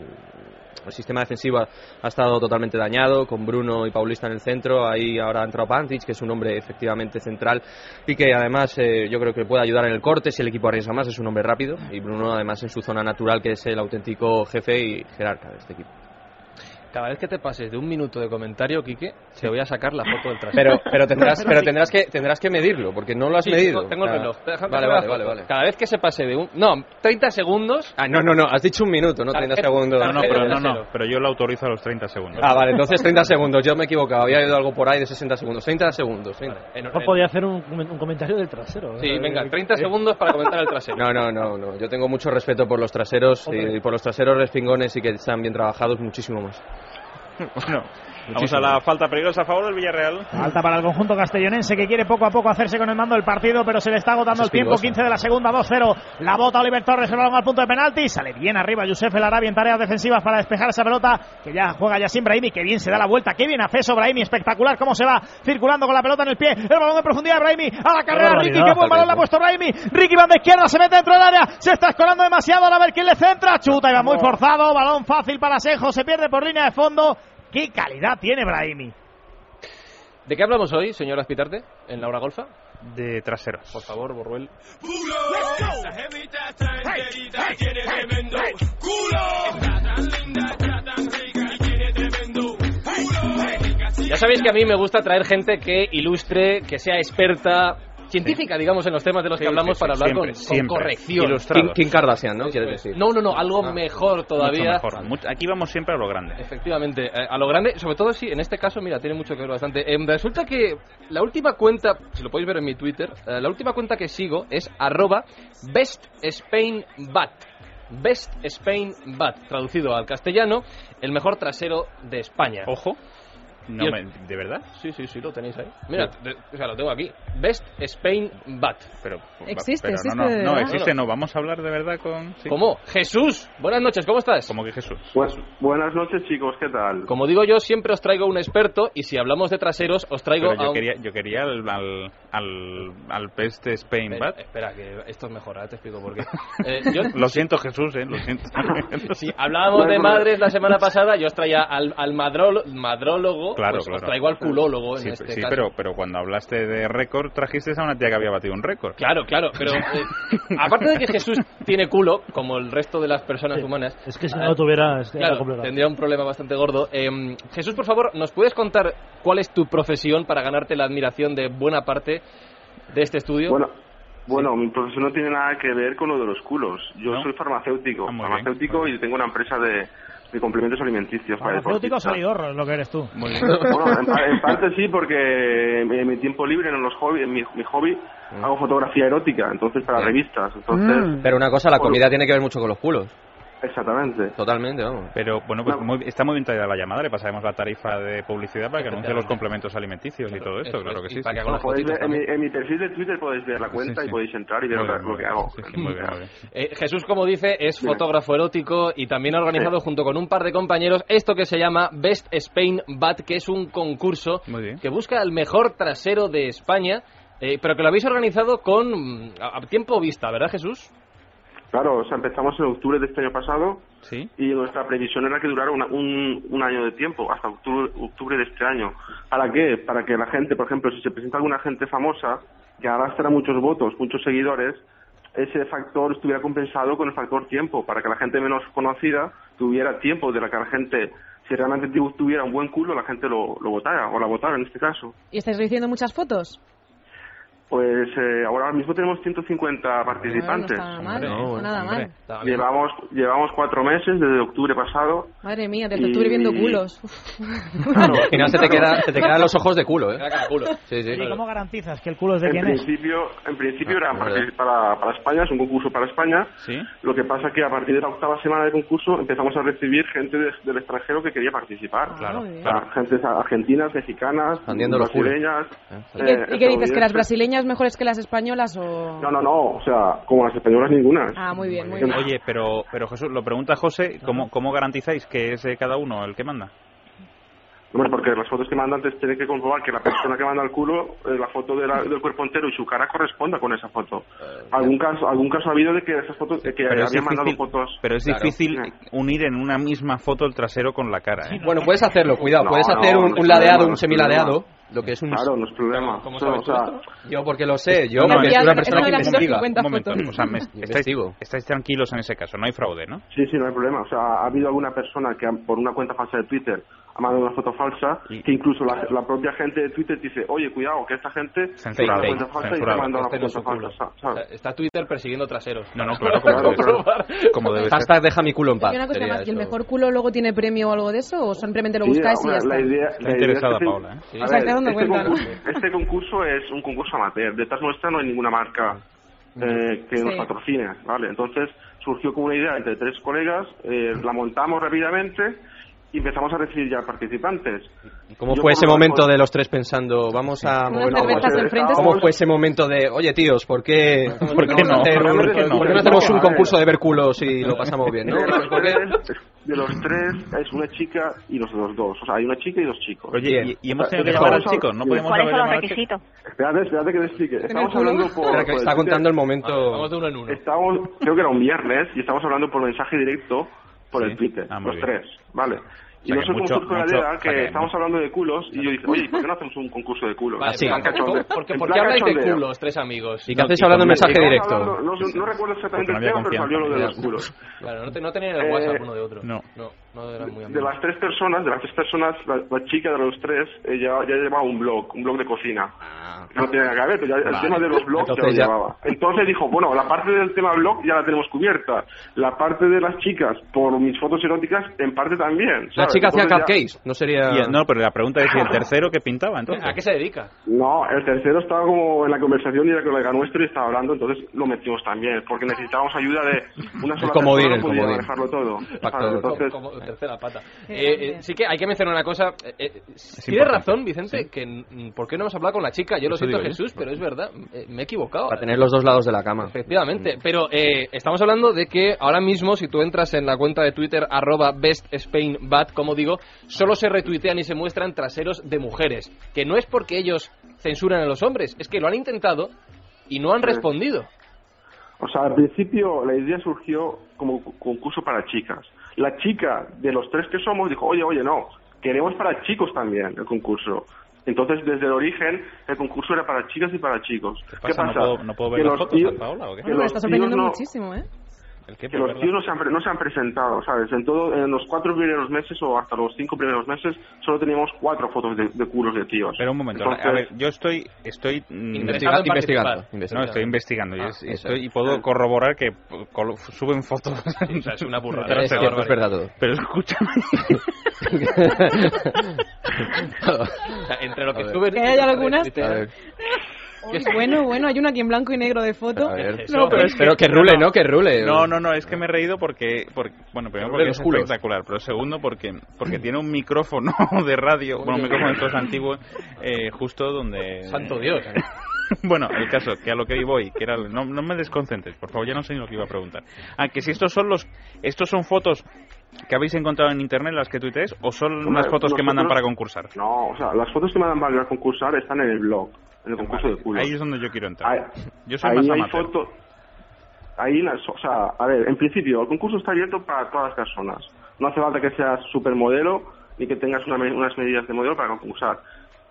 Speaker 9: el sistema defensivo ha, ha estado totalmente dañado, con Bruno y Paulista en el centro. Ahí ahora ha entrado Pantic, que es un hombre efectivamente central y que además eh, yo creo que puede ayudar en el corte si el equipo arriesga más. Es un hombre rápido y Bruno además en su zona natural, que es el auténtico jefe y jerarca de este equipo.
Speaker 6: Cada vez que te pases de un minuto de comentario, Quique,
Speaker 9: Sí.
Speaker 6: te voy a sacar la foto del trasero.
Speaker 9: Pero-
Speaker 6: (laughs)
Speaker 9: pero tendrás- pero tendrás
Speaker 6: que, tendrás que medirlo, porque no lo
Speaker 9: has medido.
Speaker 6: Tengo, tengo el
Speaker 9: Claro.
Speaker 6: reloj. Déjame
Speaker 9: Vale,
Speaker 6: que
Speaker 9: vale,
Speaker 6: me
Speaker 9: vale,
Speaker 6: bajo.
Speaker 9: vale.
Speaker 6: Cada vez que se pase de un... No, 30 segundos...
Speaker 9: Ah, no, no, no, has dicho un minuto, no 30 segundos.
Speaker 1: No, no, pero, no, no, pero yo lo autorizo a los 30 segundos.
Speaker 6: Ah, vale, entonces 30 segundos. Yo me he equivocado. Había ido algo por ahí de 60 segundos. 30 segundos. 30.
Speaker 9: En-
Speaker 3: No podía hacer un, un comentario del trasero.
Speaker 6: Sí,
Speaker 3: Eh,
Speaker 6: venga, 30 segundos para comentar el trasero.
Speaker 9: No, no, no, no. Yo tengo mucho respeto por los traseros
Speaker 3: Hombre.
Speaker 9: y por los traseros respingones y que están bien trabajados muchísimo más.
Speaker 1: Bueno, vamos a la falta peligrosa a favor del Villarreal.
Speaker 7: Falta para el conjunto castellonense que quiere poco a poco hacerse con el mando del partido, pero se le está agotando
Speaker 9: Eso
Speaker 7: el
Speaker 9: es
Speaker 7: tiempo.
Speaker 9: peligroso.
Speaker 7: 15 de la segunda, 2-0. La bota Oliver Torres, el balón al punto de penalti. Sale bien arriba Yusef El Arabi en tareas defensivas para despejar esa pelota que ya juega Yassin Brahimi. Que bien se da la vuelta. Qué bien acceso Brahimi. Espectacular cómo se va circulando con la pelota en el pie. El balón de profundidad Brahimi. A la carrera Ricky. Qué buen balón le ha puesto Brahimi. Ricky van de izquierda, se mete dentro del área. Se está escolando demasiado. A ver quién le centra. Chuta, iba muy forzado. Balón fácil para Sejo. Se pierde por línea de fondo. Qué calidad tiene Brahimi.
Speaker 6: ¿De qué hablamos hoy, señor Aspitarte, en la hora golfa?
Speaker 1: De traseros.
Speaker 6: Por favor, Borruel. Ya sabéis que a mí me gusta traer gente que ilustre, que sea experta, científica, digamos, en los temas de los que
Speaker 1: Sí,
Speaker 6: hablamos
Speaker 1: sí,
Speaker 6: para
Speaker 1: sí,
Speaker 6: hablar
Speaker 1: siempre,
Speaker 6: con, con
Speaker 1: siempre.
Speaker 6: corrección.
Speaker 1: Ilustrados.
Speaker 6: Kim-
Speaker 9: Kim Kardashian, ¿no? Quieres
Speaker 6: Kim-
Speaker 9: decir.
Speaker 6: No, no, no, algo
Speaker 9: Ah.
Speaker 6: mejor todavía.
Speaker 1: Mucho mejor. Mucho- Aquí vamos siempre a lo grande.
Speaker 6: Efectivamente, eh, a lo grande, sobre todo si en este caso, mira, tiene mucho que ver bastante. Em, resulta que la última cuenta, si lo podéis ver en mi Twitter, eh, la última cuenta que sigo es arroba bestspainbat. Best Spain Bat, traducido al castellano, el mejor trasero de España.
Speaker 1: Ojo. No
Speaker 6: Y el-
Speaker 1: me- ¿De verdad?
Speaker 6: Sí, sí, sí, lo tenéis ahí. Mira, de- o sea, lo tengo aquí. Best Spain Bat.
Speaker 1: Pero,
Speaker 5: Existe,
Speaker 1: pero
Speaker 5: existe
Speaker 1: No,
Speaker 5: de
Speaker 1: no, no
Speaker 5: verdad.
Speaker 1: existe, no. Vamos a hablar de verdad con. sí.
Speaker 6: ¿Cómo? Jesús, buenas noches, ¿cómo estás?
Speaker 1: Como que Jesús.
Speaker 10: Pues, buenas noches, chicos, ¿qué tal?
Speaker 6: Como digo yo, siempre os traigo un experto y si hablamos de traseros, os traigo
Speaker 1: Pero
Speaker 6: a
Speaker 1: yo
Speaker 6: un-
Speaker 1: quería, yo quería al, al, al, al Pest
Speaker 9: Eh,
Speaker 1: Spain
Speaker 6: Espera,
Speaker 1: Bat.
Speaker 6: espera, que esto es mejor, ahora te explico
Speaker 1: (laughs)
Speaker 6: por qué. Eh, yo-
Speaker 1: Lo siento, Jesús, eh. Lo
Speaker 9: (laughs)
Speaker 1: siento.
Speaker 6: si hablábamos de
Speaker 10: Bueno, bueno.
Speaker 6: madres la semana pasada, yo os traía al, al madrol- madrólogo,
Speaker 1: Claro,
Speaker 6: pues os
Speaker 1: claro.
Speaker 6: traigo al culólogo en
Speaker 1: Sí,
Speaker 6: este
Speaker 1: sí,
Speaker 6: caso.
Speaker 1: pero, pero cuando hablaste de récord, trajiste a una tía que había batido un récord.
Speaker 6: Claro, claro,
Speaker 1: (laughs)
Speaker 6: pero eh, aparte de que Jesús tiene culo, como el resto de las personas humanas, eh,
Speaker 3: Es (laughs) que si no lo tuviera, es- era
Speaker 6: claro,
Speaker 3: complicado.
Speaker 6: tendría un problema bastante gordo. Eh, Jesús, por favor, ¿nos puedes contar cuál es tu profesión para ganarte la admiración de buena parte de este estudio?
Speaker 10: Bueno, bueno, mi profesión no tiene nada que ver con lo de los culos. Yo
Speaker 1: ¿No?
Speaker 10: soy farmacéutico,
Speaker 1: Ah, muy bien,
Speaker 10: farmacéutico
Speaker 1: muy bien.
Speaker 10: y tengo una empresa de, de complementos alimenticios para
Speaker 7: Farmacéutico
Speaker 10: deportistas.
Speaker 7: salidorro es lo que eres tú.
Speaker 1: Muy bien.
Speaker 10: (laughs) Bueno, en, pa- en (laughs) parte sí, porque en mi tiempo libre, en los hobby, en mi, mi hobby,
Speaker 1: Mm.
Speaker 10: hago fotografía erótica, entonces para
Speaker 6: Bien.
Speaker 10: revistas, entonces,
Speaker 12: Mm.
Speaker 9: Pero una cosa, la
Speaker 10: Bueno.
Speaker 9: comida tiene que ver mucho con los culos.
Speaker 10: exactamente.
Speaker 9: Totalmente, vamos.
Speaker 1: Pero bueno, pues
Speaker 10: No.
Speaker 1: muy- está muy bien traída la llamada. Le pasaremos la tarifa de publicidad para que anuncie los complementos alimenticios y todo esto,
Speaker 6: Eso
Speaker 1: claro
Speaker 6: es,
Speaker 1: que
Speaker 6: y
Speaker 1: sí.
Speaker 6: para
Speaker 1: sí.
Speaker 6: que haga unas
Speaker 10: Bueno, pues podéis
Speaker 6: fotitos
Speaker 10: ver- en, mi,
Speaker 6: también.
Speaker 10: en mi perfil de Twitter podéis ver la cuenta
Speaker 1: Sí,
Speaker 10: y
Speaker 1: sí.
Speaker 10: podéis entrar y ver
Speaker 1: Muy
Speaker 10: lo,
Speaker 1: bien,
Speaker 10: que-
Speaker 1: muy
Speaker 10: lo que
Speaker 1: bien.
Speaker 10: hago.
Speaker 1: Sí, sí, muy bien, muy bien.
Speaker 6: Eh, Jesús, como dice, es
Speaker 10: Sí.
Speaker 6: fotógrafo erótico y también ha organizado junto con un par de compañeros esto que se llama Best Spain Bat, que es un concurso
Speaker 1: Muy bien.
Speaker 6: que busca el mejor trasero de España, eh, pero que lo habéis organizado con mm, a, a tiempo vista, ¿verdad, Jesús?
Speaker 10: Claro, o sea, empezamos en octubre de este año pasado
Speaker 1: Sí.
Speaker 10: y nuestra previsión era que durara una- un, un año de tiempo, hasta octubre, octubre de este año. ¿Para qué? Para que la gente, por ejemplo, si se presenta alguna gente famosa que arrastra muchos votos, muchos seguidores, ese factor estuviera compensado con el factor tiempo, para que la gente menos conocida tuviera tiempo de la que la gente, si realmente tu- tuviera un buen culo, la gente lo, lo votara, o la votara en este caso.
Speaker 5: ¿Y estáis recibiendo muchas fotos?
Speaker 10: Pues eh, ahora mismo tenemos 150
Speaker 5: Ah, no
Speaker 10: participantes.
Speaker 5: está nada mal,
Speaker 1: Hombre,
Speaker 5: no está nada
Speaker 1: hombre.
Speaker 5: mal.
Speaker 6: Está bien.
Speaker 10: Llevamos, llevamos cuatro meses desde octubre pasado
Speaker 5: Madre mía, te
Speaker 10: Y-
Speaker 5: estuve viendo
Speaker 9: (laughs)
Speaker 5: culos. (laughs)
Speaker 9: Al final se te, queda, se te quedan los ojos de culo,
Speaker 6: Era
Speaker 9: ¿eh?
Speaker 6: cada culo.
Speaker 9: Sí, sí.
Speaker 7: ¿Y cómo garantizas que el culo es de
Speaker 10: En
Speaker 7: quién es?
Speaker 10: principio, en principio
Speaker 9: Ah,
Speaker 10: era
Speaker 9: es
Speaker 10: para,
Speaker 9: verdad.
Speaker 10: para, para España, es un concurso para España.
Speaker 1: Sí.
Speaker 10: Lo que pasa que a partir de la octava semana de concurso empezamos a recibir gente de- del extranjero que quería participar.
Speaker 5: Ah,
Speaker 1: Claro,
Speaker 5: muy bien.
Speaker 1: claro.
Speaker 10: O sea, Gentes argentinas, mexicanas,
Speaker 9: Expandiendo los culos.
Speaker 10: brasileñas.
Speaker 5: ¿Y qué,
Speaker 10: eh,
Speaker 5: y qué dices? ¿Que las
Speaker 10: estadounidenses.
Speaker 5: brasileñas mejores que las españolas o...?
Speaker 10: No, no, no, o sea, ah, como las españolas ninguna.
Speaker 5: Ah, muy bien, muy bien.
Speaker 1: Oye, pero, pero Jesús, lo pregunta José, ¿cómo, ¿cómo garantizáis que es eh, cada uno el que manda?
Speaker 10: Hombre, porque las fotos que mandan antes tienen que comprobar que la persona que manda el culo, eh, la foto de la- del cuerpo entero y su cara corresponda con esa foto. algún caso algún caso ha habido de que esas fotos, eh, que
Speaker 1: Eh, Pero
Speaker 10: habían
Speaker 1: es
Speaker 10: mandado
Speaker 1: difícil-
Speaker 10: fotos.
Speaker 1: Pero es
Speaker 9: Claro.
Speaker 1: difícil unir en una misma foto el trasero con la cara, ¿eh?
Speaker 9: Bueno, puedes hacerlo, cuidado.
Speaker 10: No,
Speaker 9: puedes
Speaker 10: no,
Speaker 9: hacer un,
Speaker 10: no
Speaker 9: un ladeado,
Speaker 10: problema,
Speaker 9: un
Speaker 10: no problema.
Speaker 9: semiladeado. lo que es un
Speaker 10: Claro, no es problema.
Speaker 9: ¿Cómo
Speaker 10: No,
Speaker 9: sabes
Speaker 10: o
Speaker 9: tú
Speaker 10: sea,
Speaker 9: esto? yo porque lo sé, yo porque soy una persona que investiga.
Speaker 1: Un momento, o sea, me- estáis, estáis tranquilos en ese caso, no hay fraude, ¿no?
Speaker 10: Sí, sí, no hay problema. O sea, ha habido alguna persona que ha- por una cuenta falsa de Twitter ha mandado una foto falsa, que incluso la, la propia gente de Twitter dice, oye, cuidado, que esta gente tiene
Speaker 9: Censurado,
Speaker 10: una cuenta falsa y te
Speaker 9: censurado.
Speaker 10: ha mandado una
Speaker 9: Este no
Speaker 10: foto
Speaker 9: es un
Speaker 10: falsa. ¿sabes?
Speaker 9: Está Twitter persiguiendo traseros.
Speaker 1: No, no,
Speaker 10: claro, como debe ser. Como
Speaker 6: (laughs)
Speaker 10: debe ser.
Speaker 9: Hashtag deja mi culo en paz.
Speaker 5: Y una cosa
Speaker 9: sería
Speaker 5: más, ¿y el
Speaker 9: eso.
Speaker 5: mejor culo luego tiene premio o algo de eso? ¿O simplemente lo
Speaker 10: Sí,
Speaker 5: buscáis y
Speaker 10: ahora,
Speaker 5: ya está?
Speaker 10: la idea,
Speaker 1: Está
Speaker 10: la idea
Speaker 1: interesada
Speaker 10: es que-
Speaker 1: Paula, ¿eh?
Speaker 10: A
Speaker 5: O sea,
Speaker 10: ver,
Speaker 5: está dando
Speaker 10: este,
Speaker 5: cuenta, ¿no?
Speaker 10: concurso, este concurso es un concurso amateur. Detrás nuestra no hay ninguna marca
Speaker 1: Mm.
Speaker 10: eh, que nos
Speaker 5: Sí.
Speaker 10: patrocine, ¿vale? Entonces surgió como una idea entre tres colegas, eh, la montamos rápidamente y empezamos a recibir ya participantes.
Speaker 9: ¿Cómo
Speaker 10: Yo
Speaker 9: fue
Speaker 10: por
Speaker 9: ese
Speaker 10: lo
Speaker 9: momento
Speaker 10: mejor-
Speaker 9: de los tres pensando, vamos a
Speaker 10: Unas
Speaker 9: movernos?
Speaker 10: cervezas
Speaker 9: ¿Cómo-
Speaker 10: enfrente,
Speaker 9: ¿Cómo
Speaker 10: sí.
Speaker 9: fue ese momento de, oye tíos, ¿por qué, (laughs) ¿por qué, no,
Speaker 10: no?
Speaker 9: hacer un-
Speaker 10: ¿Por qué no?
Speaker 9: por qué no hacemos un
Speaker 10: A ver.
Speaker 9: concurso de ver culos y lo pasamos bien, (laughs) no?
Speaker 10: De los tres, pues, (laughs) de los tres es una chica y los los dos. O sea, hay una chica y dos chicos.
Speaker 1: Oye, y, y
Speaker 9: Ah,
Speaker 1: hemos tenido que
Speaker 10: Estamos
Speaker 1: llamar al
Speaker 10: a-
Speaker 1: chico, no podemos
Speaker 10: Espérate,
Speaker 1: haber llamado al chico.
Speaker 13: requisitos?
Speaker 10: espérate que te explique. Estamos
Speaker 13: culo.
Speaker 10: hablando por...
Speaker 9: Espera, que
Speaker 10: por
Speaker 9: está
Speaker 10: el Twitter. (laughs)
Speaker 9: contando el momento.
Speaker 1: Ah,
Speaker 9: Vamos
Speaker 6: de uno en uno.
Speaker 10: Estamos, creo que era un viernes, y estamos hablando por mensaje directo por el Twitter,
Speaker 1: Ah, muy
Speaker 10: los
Speaker 1: bien.
Speaker 10: tres, ¿vale. Y
Speaker 1: O sea,
Speaker 10: no
Speaker 1: que
Speaker 10: sé cómo
Speaker 1: mucho-
Speaker 10: surgió la
Speaker 1: mucho-
Speaker 10: idea
Speaker 1: o sea, que-
Speaker 10: que estamos hablando de culos y yo dije, oye, ¿y ¿por qué no hacemos un concurso de culos?
Speaker 6: Vale,
Speaker 10: En
Speaker 6: sí.
Speaker 10: plan cachondeo.
Speaker 6: Porque,
Speaker 10: En
Speaker 6: ¿Por qué
Speaker 10: plan
Speaker 6: habláis de
Speaker 10: cachondeo.
Speaker 6: culos, tres amigos?
Speaker 9: Ah, ¿Y qué hacéis hablando en mensaje
Speaker 10: Estamos
Speaker 9: directo?
Speaker 10: hablando- no, sé- no recuerdo
Speaker 1: Porque
Speaker 10: exactamente
Speaker 1: no
Speaker 10: el
Speaker 1: había
Speaker 10: tema, pero salió lo de los
Speaker 1: confianza, (laughs)
Speaker 10: culos.
Speaker 6: Claro, no, te- no tenían el
Speaker 10: Eh,
Speaker 6: WhatsApp uno de otro.
Speaker 1: No.
Speaker 6: No, no eran muy
Speaker 10: De
Speaker 6: amigos.
Speaker 10: las tres personas, de las tres personas, la, la chica de los tres eh, ya, ya llevaba un blog, un blog de cocina. No tenía nada que ver, pero ya
Speaker 9: Vale.
Speaker 10: el tema de los blogs ya lo
Speaker 9: Entonces ya-
Speaker 10: llevaba. Entonces dijo, bueno, la parte del tema blog ya la tenemos cubierta. La parte de las chicas, por mis fotos eróticas, en parte también.
Speaker 9: La
Speaker 10: ¿sabes?
Speaker 9: chica hacía
Speaker 10: Entonces ya-
Speaker 9: cupcakes, no sería... Ah,
Speaker 1: Y, eh, no, pero la pregunta es: ¿y el tercero qué pintaba entonces?
Speaker 6: ¿A qué se dedica?
Speaker 10: No, el tercero estaba como en la conversación y era colega nuestro y estaba hablando, entonces lo metimos también, porque necesitábamos ayuda de una
Speaker 9: El
Speaker 10: sola
Speaker 9: comodín,
Speaker 10: persona
Speaker 9: el
Speaker 10: no podía
Speaker 9: comodín.
Speaker 10: manejarlo todo.
Speaker 9: Factor.
Speaker 10: ¿sabes? Entonces,
Speaker 6: como, como tercera pata.
Speaker 5: Qué
Speaker 6: Eh, eh,
Speaker 5: grande.
Speaker 6: sí que hay que mencionar una cosa. eh, eh, tienes
Speaker 1: importante.
Speaker 6: razón, Vicente, que mm, ¿por qué no hemos hablado con la chica? Yo lo
Speaker 9: Eso
Speaker 6: siento,
Speaker 9: digo yo.
Speaker 6: Jesús, pero es verdad, mm, eh, me he equivocado.
Speaker 9: Para tener los dos lados de la cama.
Speaker 10: Mm.
Speaker 6: Efectivamente, pero eh, estamos hablando de que ahora mismo si tú entras en la cuenta de Twitter arroba bestspainbat, como digo, solo se retuitean y se muestran traseros de mujeres, que no es porque ellos censuran a los hombres, es que lo han intentado y no han
Speaker 10: Sí.
Speaker 6: respondido.
Speaker 10: O sea, al principio la idea surgió como cu- concurso para chicas. La chica de los tres que somos dijo, oye, oye, no, queremos para chicos también el concurso. Entonces, desde el origen, el concurso era para chicas y para chicos. ¿Qué
Speaker 1: pasa? ¿No puedo- no puedo ver
Speaker 10: Que
Speaker 1: las
Speaker 10: los
Speaker 1: fotos,
Speaker 10: tíos-
Speaker 1: Paola, o qué?
Speaker 10: que
Speaker 5: Bueno, me
Speaker 10: los
Speaker 5: está
Speaker 10: tíos
Speaker 5: sorprendiendo
Speaker 10: no-
Speaker 5: muchísimo, ¿eh?
Speaker 1: ¿El qué?
Speaker 10: que
Speaker 1: Por
Speaker 10: los
Speaker 1: verla.
Speaker 10: tíos no se, han, pre- no se han presentado, ¿sabes? En, todo, en los cuatro primeros meses o hasta los cinco primeros meses solo teníamos cuatro fotos de, de culos de tíos.
Speaker 1: Pero un momento,
Speaker 10: Entonces-
Speaker 1: a ver, yo estoy. estoy mm,
Speaker 9: Investiga-
Speaker 6: Interesado en
Speaker 9: investigando.
Speaker 6: participar.
Speaker 1: No,
Speaker 9: investigando.
Speaker 1: estoy investigando y
Speaker 9: Ah,
Speaker 1: es- y,
Speaker 9: eso
Speaker 1: estoy-
Speaker 9: es.
Speaker 1: y puedo corroborar que p- col- suben fotos.
Speaker 6: O sea, es una burrada.
Speaker 1: (laughs) Pero
Speaker 9: Es
Speaker 1: se-
Speaker 9: cierto, es verdad todo. (laughs)
Speaker 1: Pero escúchame.
Speaker 6: O sea, entre lo
Speaker 9: A
Speaker 6: que
Speaker 9: ver.
Speaker 6: tú ves-
Speaker 5: Que hay algunas.
Speaker 9: A ver,
Speaker 5: Uy, bueno, bueno, hay una aquí en blanco y negro de foto.
Speaker 9: a ver.
Speaker 6: No, pero es que-
Speaker 9: Pero que rule, ¿no? Que rule.
Speaker 1: No, no, no, es que me he reído porque, porque- bueno, primero porque
Speaker 9: de
Speaker 1: es
Speaker 9: los culos.
Speaker 1: espectacular, pero segundo porque porque tiene un micrófono (laughs) de radio, bueno, un micrófono de estos antiguos, eh, justo donde...
Speaker 6: Santo Dios.
Speaker 9: eh.
Speaker 1: (laughs) Bueno, el caso, que a lo que hoy voy, que era, no, no me desconcentres, por favor, ya no sé ni lo que iba a preguntar. Ah, que si estos son los, estos son fotos que habéis encontrado en internet, las que tuitees, o son
Speaker 10: Hombre,
Speaker 1: las fotos que
Speaker 10: nosotros-
Speaker 1: mandan para concursar.
Speaker 10: No, o sea, las fotos que me dan para concursar están en el blog, en el concurso
Speaker 1: Vale,
Speaker 10: de culos.
Speaker 1: ahí es donde yo quiero
Speaker 10: Ahí,
Speaker 1: entrar. Yo soy
Speaker 10: ahí
Speaker 1: más
Speaker 10: hay
Speaker 1: amateur.
Speaker 10: foto- ahí las- o sea, a ver, en principio, el concurso está abierto para todas las personas. No hace falta que seas supermodelo ni que tengas una me- unas medidas de modelo para concursar.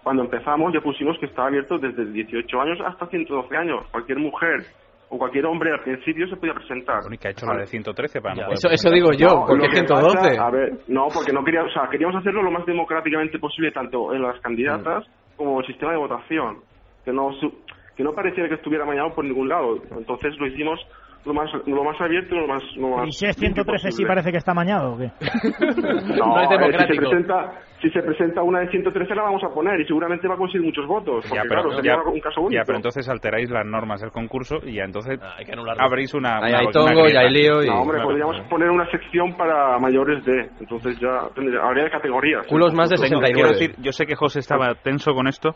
Speaker 10: Cuando empezamos ya pusimos que estaba abierto desde 18 años hasta 112 años. Cualquier mujer o cualquier hombre al principio se podía presentar.
Speaker 1: Bueno, y que ha hecho la de 113 para no poder
Speaker 9: Eso, eso
Speaker 1: presentar.
Speaker 9: digo yo,
Speaker 10: No,
Speaker 9: porque
Speaker 10: lo que
Speaker 9: 112.
Speaker 10: pasa- a ver, no, porque no queríamos, o sea, queríamos hacerlo lo más democráticamente posible, tanto en las candidatas
Speaker 1: Mm.
Speaker 10: como el sistema de votación, que no su- que no pareciera que estuviera mañana por ningún lado. Entonces lo hicimos lo más lo más abierto, y lo más lo más
Speaker 7: Y si es 113 sí
Speaker 10: posible.
Speaker 7: parece que está mañado o qué.
Speaker 6: No es
Speaker 10: (laughs) No, eh, Si se,
Speaker 6: democrático.
Speaker 10: presenta, si se presenta una de 113 la vamos a poner y seguramente va a conseguir muchos votos. Porque,
Speaker 1: Ya, pero,
Speaker 10: claro, sería
Speaker 1: ya,
Speaker 10: un caso
Speaker 1: ya,
Speaker 10: único.
Speaker 1: pero entonces alteráis las normas del concurso y ya entonces
Speaker 6: Ah, hay que anularlo.
Speaker 1: abréis una.
Speaker 9: Ahí
Speaker 1: una-
Speaker 9: hay
Speaker 1: una
Speaker 9: tongo y
Speaker 1: grieta.
Speaker 9: hay lío y...
Speaker 10: no, hombre,
Speaker 1: claro.
Speaker 10: podríamos poner una sección para mayores de. Entonces ya tendría- habría categorías.
Speaker 9: Culos más de
Speaker 1: Tengo- quiero
Speaker 9: 69.
Speaker 1: decir, yo sé que José estaba tenso con esto.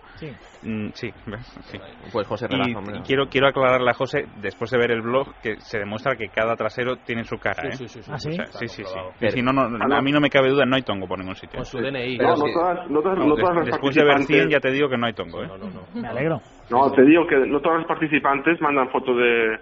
Speaker 1: Mm, Sí. ¿ves? sí.
Speaker 9: Pues José
Speaker 1: Y,
Speaker 9: relaja, hombre.
Speaker 1: y quiero, quiero aclararle a José, después de ver el blog, que se demuestra que cada trasero tiene su cara. ¿eh?
Speaker 6: Sí, sí, sí, sí.
Speaker 7: ¿Ah, sí?
Speaker 1: O sea,
Speaker 6: Está
Speaker 1: sí, sí, sí.
Speaker 6: comprobado.
Speaker 1: Y si no, no,
Speaker 10: Ah, no.
Speaker 1: a mí no me cabe duda, no hay tongo por ningún sitio.
Speaker 6: Con su DNI.
Speaker 10: No, no
Speaker 9: sí.
Speaker 10: todas, no todas,
Speaker 1: No,
Speaker 10: no
Speaker 1: des-
Speaker 10: todas las
Speaker 1: después de ver
Speaker 10: participantes-
Speaker 1: 100 ya te digo que no hay tongo. ¿eh?
Speaker 6: No, no, no.
Speaker 7: Me alegro.
Speaker 10: No, te digo que no todas las participantes mandan fotos de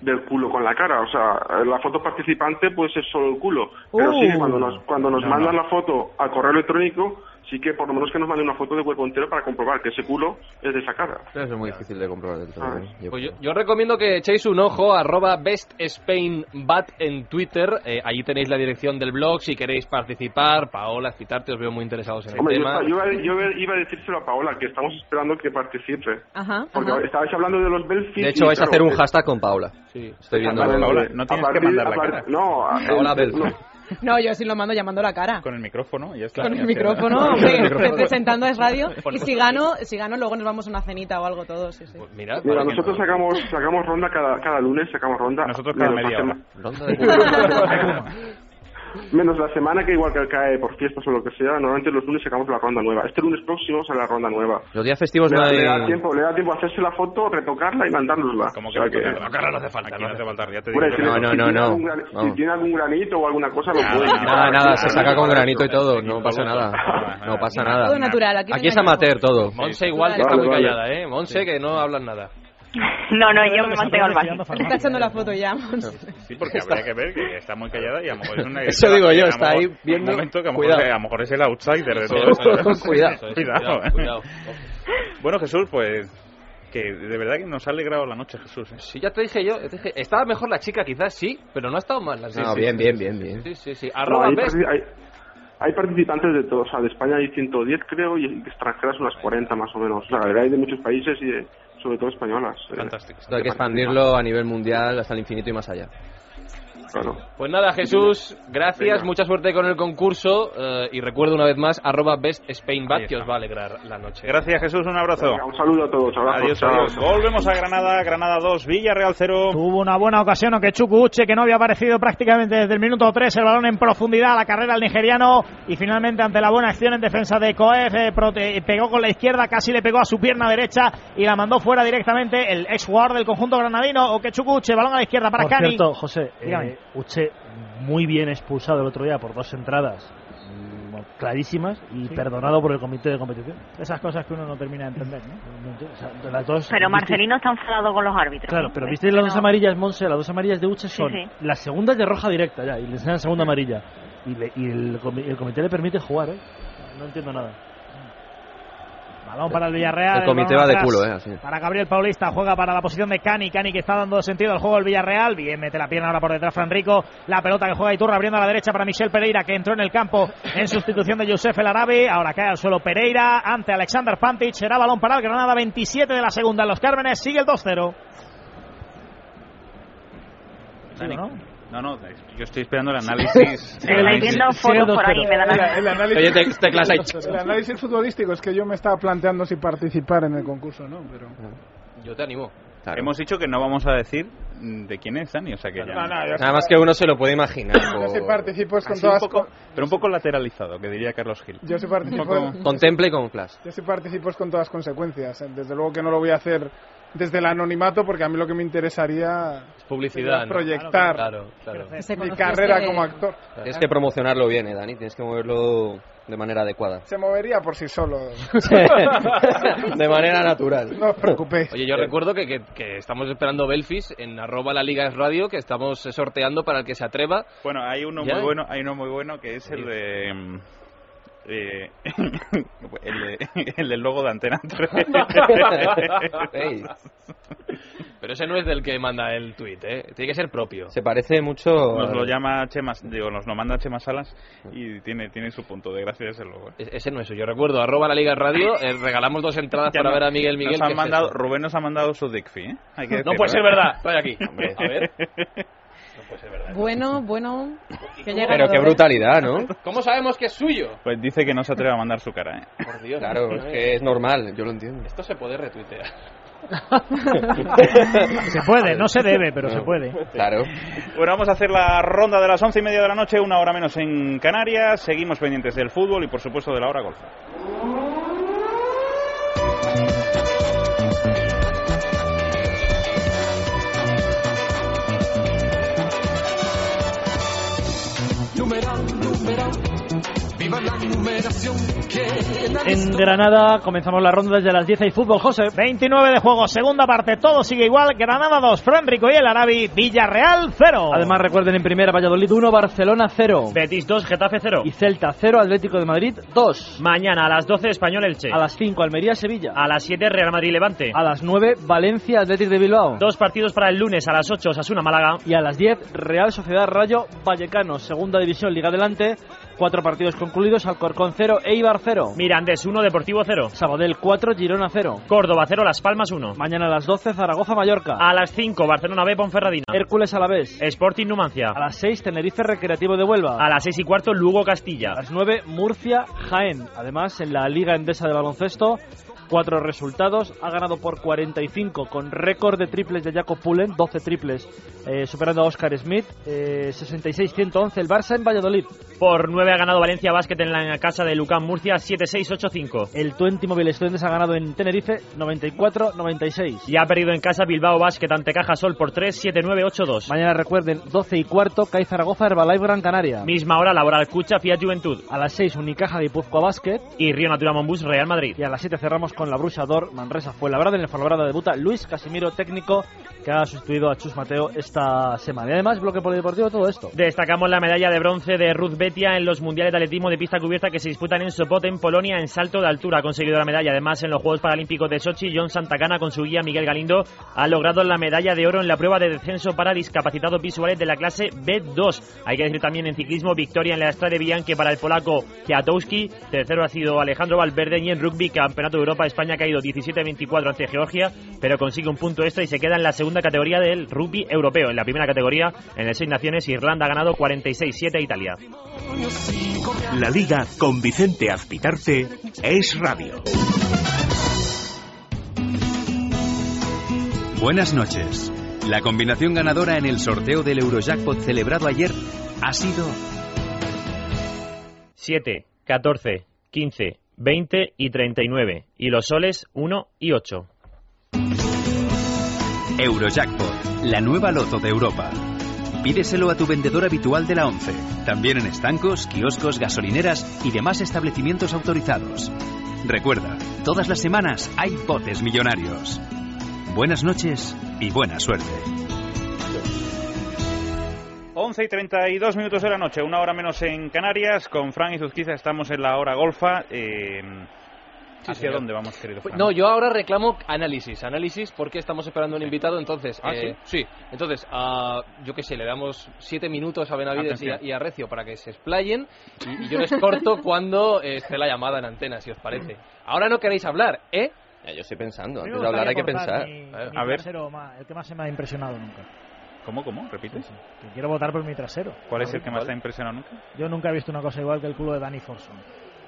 Speaker 10: del culo con la cara, o sea, la foto pues, participante puede ser solo el culo, pero sí que cuando nos cuando nos
Speaker 1: No,
Speaker 10: mandan
Speaker 1: no.
Speaker 10: la foto al correo electrónico sí que por lo menos que nos mande una foto de cuerpo entero para comprobar que ese culo es de esa cara.
Speaker 13: Pero eso es muy difícil de comprobar dentro
Speaker 10: Ah.
Speaker 13: de mí, yo
Speaker 6: Pues yo,
Speaker 13: creo.
Speaker 6: yo recomiendo que echéis un ojo arroba bestSpainBat en Twitter. Eh, allí tenéis la dirección del blog si queréis participar. Paola, Citarte, os veo muy interesados en el
Speaker 10: Ah, Hombre, yo,
Speaker 6: tema.
Speaker 10: estaba- yo iba- yo iba a decírselo a Paola, que estamos esperando que participe.
Speaker 5: Ajá.
Speaker 10: Porque estabais hablando de los Belfis.
Speaker 13: De
Speaker 10: y
Speaker 13: hecho, vais a
Speaker 10: claro,
Speaker 13: hacer un
Speaker 10: eh,
Speaker 13: hashtag con Paula.
Speaker 6: Sí.
Speaker 13: Estoy viendo.
Speaker 10: Exactamente. A partir-
Speaker 13: la
Speaker 10: a par- No, a-
Speaker 13: Paola
Speaker 10: eh,
Speaker 13: Bel.
Speaker 10: no.
Speaker 5: No, yo sí lo mando llamando la cara.
Speaker 1: Con el micrófono, ya está.
Speaker 5: Con
Speaker 1: Ya
Speaker 5: el
Speaker 1: queda.
Speaker 5: micrófono, hombre, representando a Es Radio.
Speaker 1: Por
Speaker 5: Y si gano, si gano, luego nos vamos a una cenita o algo todos. sí, sí.
Speaker 6: Mira,
Speaker 10: Mira, nosotros sacamos, sacamos ronda cada, cada lunes, sacamos ronda.
Speaker 1: Nosotros cada
Speaker 10: menos
Speaker 1: media
Speaker 10: la
Speaker 1: hora.
Speaker 10: sema-
Speaker 13: Ronda de
Speaker 2: (laughs)
Speaker 10: (laughs) Menos la semana que igual que cae por fiestas o lo que sea, normalmente los lunes sacamos la ronda nueva. Este lunes próximo sale la ronda nueva.
Speaker 13: Los días festivos
Speaker 10: le,
Speaker 13: pues no
Speaker 10: da-
Speaker 13: hay...
Speaker 10: le da tiempo, le da tiempo a hacerse la foto, retocarla y mandárnosla.
Speaker 1: Como
Speaker 10: O
Speaker 1: que
Speaker 10: sea que-
Speaker 1: no hace falta. no hace falta, ya te digo.
Speaker 10: Hombre, si
Speaker 1: yo.
Speaker 13: no,
Speaker 10: le-
Speaker 13: no, no,
Speaker 10: si tiene
Speaker 13: no.
Speaker 10: algún gran-
Speaker 13: Vamos.
Speaker 10: Si tiene algún granito o alguna cosa, lo puede.
Speaker 13: Nada, nada, se saca con granito y todo, no pasa nada, no pasa nada.
Speaker 5: Todo natural, aquí no
Speaker 13: Aquí
Speaker 5: hay
Speaker 13: es amateur
Speaker 5: añejo.
Speaker 13: todo.
Speaker 6: Monse igual que está
Speaker 10: Vale,
Speaker 6: muy
Speaker 10: vale.
Speaker 6: callada, ¿eh? Monse que no hablan nada.
Speaker 14: No, no, yo me mantengo al margen.
Speaker 5: Está echando la foto ya. Monse.
Speaker 1: Sí,
Speaker 6: (laughs)
Speaker 1: porque habría que ver que está muy callada y a lo mejor es una...
Speaker 13: Eso digo yo,
Speaker 1: a lo
Speaker 13: está
Speaker 1: mejor-
Speaker 13: ahí viendo-
Speaker 1: Un momento que a lo,
Speaker 13: Cuidado.
Speaker 1: mejor, a lo mejor es el outsider de
Speaker 6: Eso
Speaker 1: todo
Speaker 6: es,
Speaker 1: esto.
Speaker 6: eso es,
Speaker 13: Cuidado.
Speaker 6: eso es,
Speaker 1: (laughs) Cuidado, eh.
Speaker 6: cuidado.
Speaker 1: Bueno, Jesús, pues... Que de verdad que nos ha alegrado la noche, Jesús. ¿eh?
Speaker 6: Sí, ya te dije yo, te dije, estaba mejor la chica quizás, sí, pero no ha estado mal. la
Speaker 13: No, bien, bien, bien, bien.
Speaker 6: Sí, sí, sí.
Speaker 10: No,
Speaker 6: Arroba
Speaker 10: hay,
Speaker 6: best-
Speaker 10: parti- hay- hay participantes de todos, o sea, de España hay 110 creo y extranjeras unas 40 más o menos. O sea, la verdad hay de muchos países y de- sobre todo españolas. eh,
Speaker 6: Fantástico.
Speaker 13: Esto hay que expandirlo a nivel mundial hasta el infinito y más allá.
Speaker 10: claro.
Speaker 6: Pues nada, Jesús, gracias,
Speaker 10: Venga.
Speaker 6: mucha suerte con el concurso eh, y recuerdo una vez más, arroba
Speaker 1: Ahí
Speaker 6: bestspainbat que
Speaker 1: está.
Speaker 6: os va a alegrar la noche.
Speaker 1: Gracias, Jesús, un abrazo.
Speaker 10: Venga, un saludo a todos. abrazos,
Speaker 1: Adiós,
Speaker 10: chao.
Speaker 1: adiós. Volvemos a Granada, Granada 2, Villarreal 0.
Speaker 7: Tuvo una buena ocasión aunque Uche, que no había aparecido prácticamente desde el minuto 3, el balón en profundidad, la carrera al nigeriano y finalmente ante la buena acción en defensa de Coef, eh, prote- pegó con la izquierda, casi le pegó a su pierna derecha y la mandó fuera directamente el ex jugador del conjunto granadino, Okechuku Uche, balón a la izquierda para
Speaker 3: Por
Speaker 7: Cani.
Speaker 3: cierto, José, eh,
Speaker 7: Dígame.
Speaker 3: Uche muy bien expulsado el otro día por dos entradas mm, clarísimas y
Speaker 7: Sí.
Speaker 3: perdonado por el comité de competición.
Speaker 7: Esas cosas que uno no termina de entender, ¿no?
Speaker 3: No entiendo, o sea, de las dos-
Speaker 14: Pero
Speaker 3: ¿visteis-
Speaker 14: Marcelino está enfadado con los árbitros.
Speaker 3: Claro, pero visteis las dos amarillas, Monse, las dos amarillas de Uche son
Speaker 14: sí.
Speaker 3: las segundas de roja directa ya y le enseñan segunda amarilla y, le- y el, comi- el comité le permite jugar, ¿eh? No entiendo nada.
Speaker 7: Balón para el Villarreal.
Speaker 13: El comité
Speaker 7: balón
Speaker 13: va de
Speaker 7: atrás
Speaker 13: culo, eh, así.
Speaker 7: Para Gabriel Paulista, juega para la posición de Cani. Cani que está dando sentido al juego del Villarreal. Bien, mete la pierna ahora por detrás Fran Rico. La pelota que juega Iturra abriendo a la derecha para Michel Pereira, que entró en el campo en sustitución de Youssef El Arabi. Ahora cae al suelo Pereira ante Alexander Pantic. Será balón para el Granada, 27 de la segunda en los Cármenes. Sigue el 2-0.
Speaker 1: Dani,
Speaker 7: ¿no?
Speaker 1: No, no, yo estoy esperando (laughs)
Speaker 14: (laughs)
Speaker 1: el análisis. el
Speaker 14: Estáis
Speaker 1: análisis.
Speaker 14: viendo fotos por ahí, me dan
Speaker 11: El,
Speaker 14: asco.
Speaker 11: el análisis,
Speaker 6: Oye, te- teclas ahí.
Speaker 11: el análisis futbolístico es que yo me estaba planteando si participar en el concurso o no, pero...
Speaker 6: Yo te animo.
Speaker 13: Claro.
Speaker 1: Hemos dicho que no vamos a decir mm, de quién es Dani, o sea que ya.
Speaker 11: No, no, yo-
Speaker 13: Nada más que uno se lo puede imaginar.
Speaker 11: (laughs) yo si
Speaker 13: o-
Speaker 11: participo es con
Speaker 1: Así un
Speaker 11: todas...
Speaker 1: poco- pero un poco lateralizado, que diría Carlos Gil.
Speaker 11: Yo sí
Speaker 1: un
Speaker 11: participo,
Speaker 1: poco...
Speaker 13: Contemple y con flash.
Speaker 11: yo sí participo es con todas consecuencias. Desde luego que no lo voy a hacer desde el anonimato porque a mí lo que me interesaría
Speaker 6: Es publicidad.
Speaker 11: es
Speaker 6: ¿no?
Speaker 11: proyectar
Speaker 6: Claro, claro.
Speaker 7: Pero-
Speaker 5: Se
Speaker 11: mi
Speaker 5: conoce
Speaker 11: carrera
Speaker 5: este-
Speaker 11: como actor.
Speaker 13: Tienes que promocionarlo bien, eh, Dani. Tienes que moverlo de manera
Speaker 11: (laughs)
Speaker 13: adecuada.
Speaker 11: Se movería por sí solo.
Speaker 13: de manera natural.
Speaker 11: No os preocupéis.
Speaker 6: Oye, yo recuerdo que, que- que estamos esperando Belfis en arroba la liga es radio, que estamos eh, sorteando para el que se atreva.
Speaker 1: Bueno, hay uno
Speaker 6: Ya.
Speaker 1: muy bueno, hay uno muy bueno que es el de mm, eh, (laughs) el, de- el del logo de Antena 3.
Speaker 13: Ey,
Speaker 6: Pero ese no es del (laughs) que manda el tuit, ¿eh? Tiene que ser propio.
Speaker 13: se parece mucho.
Speaker 1: Nos lo
Speaker 13: al-
Speaker 1: llama Chema, digo, nos lo manda Chema Salas y tiene tiene su punto de gracia ese logo. eh.
Speaker 6: E- ese no es yo recuerdo, arroba la liga es radio, eh, regalamos dos entradas
Speaker 1: Ya
Speaker 6: para
Speaker 1: no-
Speaker 6: ver a Miguel Miguel.
Speaker 1: nos
Speaker 6: que
Speaker 1: han
Speaker 6: es
Speaker 1: mandado,
Speaker 6: eso.
Speaker 1: Rubén nos ha mandado su dick fee, ¿eh? Hay que
Speaker 6: No
Speaker 1: decirlo,
Speaker 6: puede ser
Speaker 1: ¿eh?
Speaker 6: verdad, estoy aquí.
Speaker 13: Hombre.
Speaker 6: A
Speaker 9: (laughs)
Speaker 6: ver,
Speaker 5: Bueno, bueno. Que llega
Speaker 13: Pero
Speaker 5: todo,
Speaker 13: qué
Speaker 5: ¿eh?
Speaker 13: brutalidad, ¿no?
Speaker 6: ¿cómo sabemos que es suyo?
Speaker 1: (laughs) Pues dice que no se atreve a mandar su cara, ¿eh?
Speaker 6: Por Dios.
Speaker 13: Claro, es que es normal, yo lo entiendo.
Speaker 6: Esto se puede retuitear.
Speaker 7: (laughs) Se puede, no se debe, pero se puede.
Speaker 13: Claro.
Speaker 1: Bueno, vamos a hacer la ronda de las once y media de la noche, una hora menos en Canarias. Seguimos pendientes del fútbol y, por supuesto, de la hora golf.
Speaker 2: numeral, numeral, viva Viva la numeración que nadie
Speaker 3: En Granada comenzamos la ronda desde las 10 y fútbol, José.
Speaker 7: 29 de juego, segunda parte, todo sigue igual. Granada 2, Frémbrico y el Arabi, Villarreal 0.
Speaker 3: Además recuerden en primera Valladolid 1, Barcelona 0.
Speaker 4: Betis 2, Getafe 0.
Speaker 3: Y Celta 0, Atlético de Madrid 2.
Speaker 4: Mañana a las 12, Español Elche.
Speaker 3: A las 5, Almería Sevilla.
Speaker 4: A las 7, Real Madrid Levante.
Speaker 3: A las 9, Valencia Atlético de Bilbao.
Speaker 4: Dos partidos para el lunes a las 8, Osasuna Málaga.
Speaker 3: Y a las 10, Real Sociedad Rayo Vallecano, segunda división, Liga Adelante. Cuatro partidos concluidos, Alcorcón 0, Eibar 0.
Speaker 4: Mirandés 1, Deportivo 0.
Speaker 3: Sabadell 4, Girona 0.
Speaker 4: Córdoba 0, Las Palmas 1.
Speaker 3: Mañana a las 12, Zaragoza Mallorca.
Speaker 4: A las 5, Barcelona B, Ponferradina.
Speaker 3: Hércules Alavés.
Speaker 4: Sporting Numancia.
Speaker 3: A las 6, Tenerife Recreativo de Huelva.
Speaker 4: A las 6 y cuarto, Lugo Castilla.
Speaker 3: A las 9, Murcia Jaén. Además, en la Liga Endesa de Baloncesto, cuatro resultados. Ha ganado por 45 con récord de triples de Jacob Pullen, 12 triples, eh, superando a Oscar Smith. Eh, 66-111 el Barça en Valladolid.
Speaker 4: Por 9 ha ganado Valencia Basket en la casa de Lucán Murcia, 7-6-8-5.
Speaker 3: El Twenty Mobile Students ha ganado en Tenerife, 94-96.
Speaker 4: Y ha perdido en casa Bilbao Basket ante Caja Sol por 3-7-9-8-2.
Speaker 3: Mañana recuerden, 12 y cuarto, CAI Zaragoza, Herbalife Gran Canaria.
Speaker 4: Misma hora, Laboral Cucha, Fiat Juventud.
Speaker 3: A las 6, Unicaja de Ipuzkoa Basket.
Speaker 4: Y Río Natura Mombus, Real Madrid.
Speaker 3: Y a las 7 cerramos con la Brusador Manresa fue labrada en el Fuenlabrada debuta Luis Casimiro técnico que ha sustituido a Chus Mateo esta semana y además bloque polideportivo todo esto
Speaker 4: destacamos la medalla de bronce de Ruth Betia en los mundiales de atletismo de pista cubierta que se disputan en Sopot en Polonia en salto de altura ha conseguido la medalla además en los Juegos Paralímpicos de Sochi John Santacana con su guía Miguel Galindo ha logrado la medalla de oro en la prueba de descenso para discapacitados visuales de la clase B2 hay que decir también en ciclismo victoria en la Estrada de Bianque para el polaco Kwiatkowski tercero ha sido Alejandro Valverde y en rugby campeonato de Europa España ha caído 17-24 ante Georgia, pero consigue un punto extra y se queda en la segunda categoría del rugby europeo. En la primera categoría, en el Seis Naciones, Irlanda ha ganado 46-7 a Italia.
Speaker 8: La Liga con Vicente Azpitarte es radio.
Speaker 15: Buenas noches. La combinación ganadora en el sorteo del Eurojackpot celebrado ayer ha sido
Speaker 4: 7, 14, 15, 20 y 39, y los soles 1 y 8.
Speaker 15: Eurojackpot, la nueva loto de Europa. Pídeselo a tu vendedor habitual de la 11, también en estancos, kioscos, gasolineras y demás establecimientos autorizados. Recuerda, todas las semanas hay botes millonarios. Buenas noches y buena suerte.
Speaker 1: 11 y 32 minutos de la noche, una hora menos en Canarias. Con Fran y Zuzquiza estamos en la hora golfa. Eh, ¿Hacia
Speaker 6: Ah, señor. Pues
Speaker 1: dónde vamos, querido Fran?
Speaker 6: No, yo ahora reclamo análisis, análisis porque estamos esperando un invitado, entonces...
Speaker 1: Ah,
Speaker 6: eh, sí. entonces, ah, yo qué sé, le damos siete minutos a Benavides y a,
Speaker 1: Atención.
Speaker 6: y a Recio para que se explayen y, y yo les corto cuando eh, esté la llamada en antena, si os parece. Ahora no queréis hablar, ¿eh?
Speaker 9: yo estoy pensando,
Speaker 7: A mí me
Speaker 9: antes de hablar hay que
Speaker 7: gustaría
Speaker 9: pensar.
Speaker 7: cortar mi- mi
Speaker 9: a ver,
Speaker 7: trasero más- el que más se me ha impresionado nunca.
Speaker 1: ¿Cómo, cómo? ¿Repites?
Speaker 7: Que quiero votar por mi trasero. Ah,
Speaker 1: ¿Cuál es el que más te ha
Speaker 7: ¿Cuál?
Speaker 1: impresionado nunca?
Speaker 7: Yo nunca he visto una cosa igual que el culo de Danny Forson.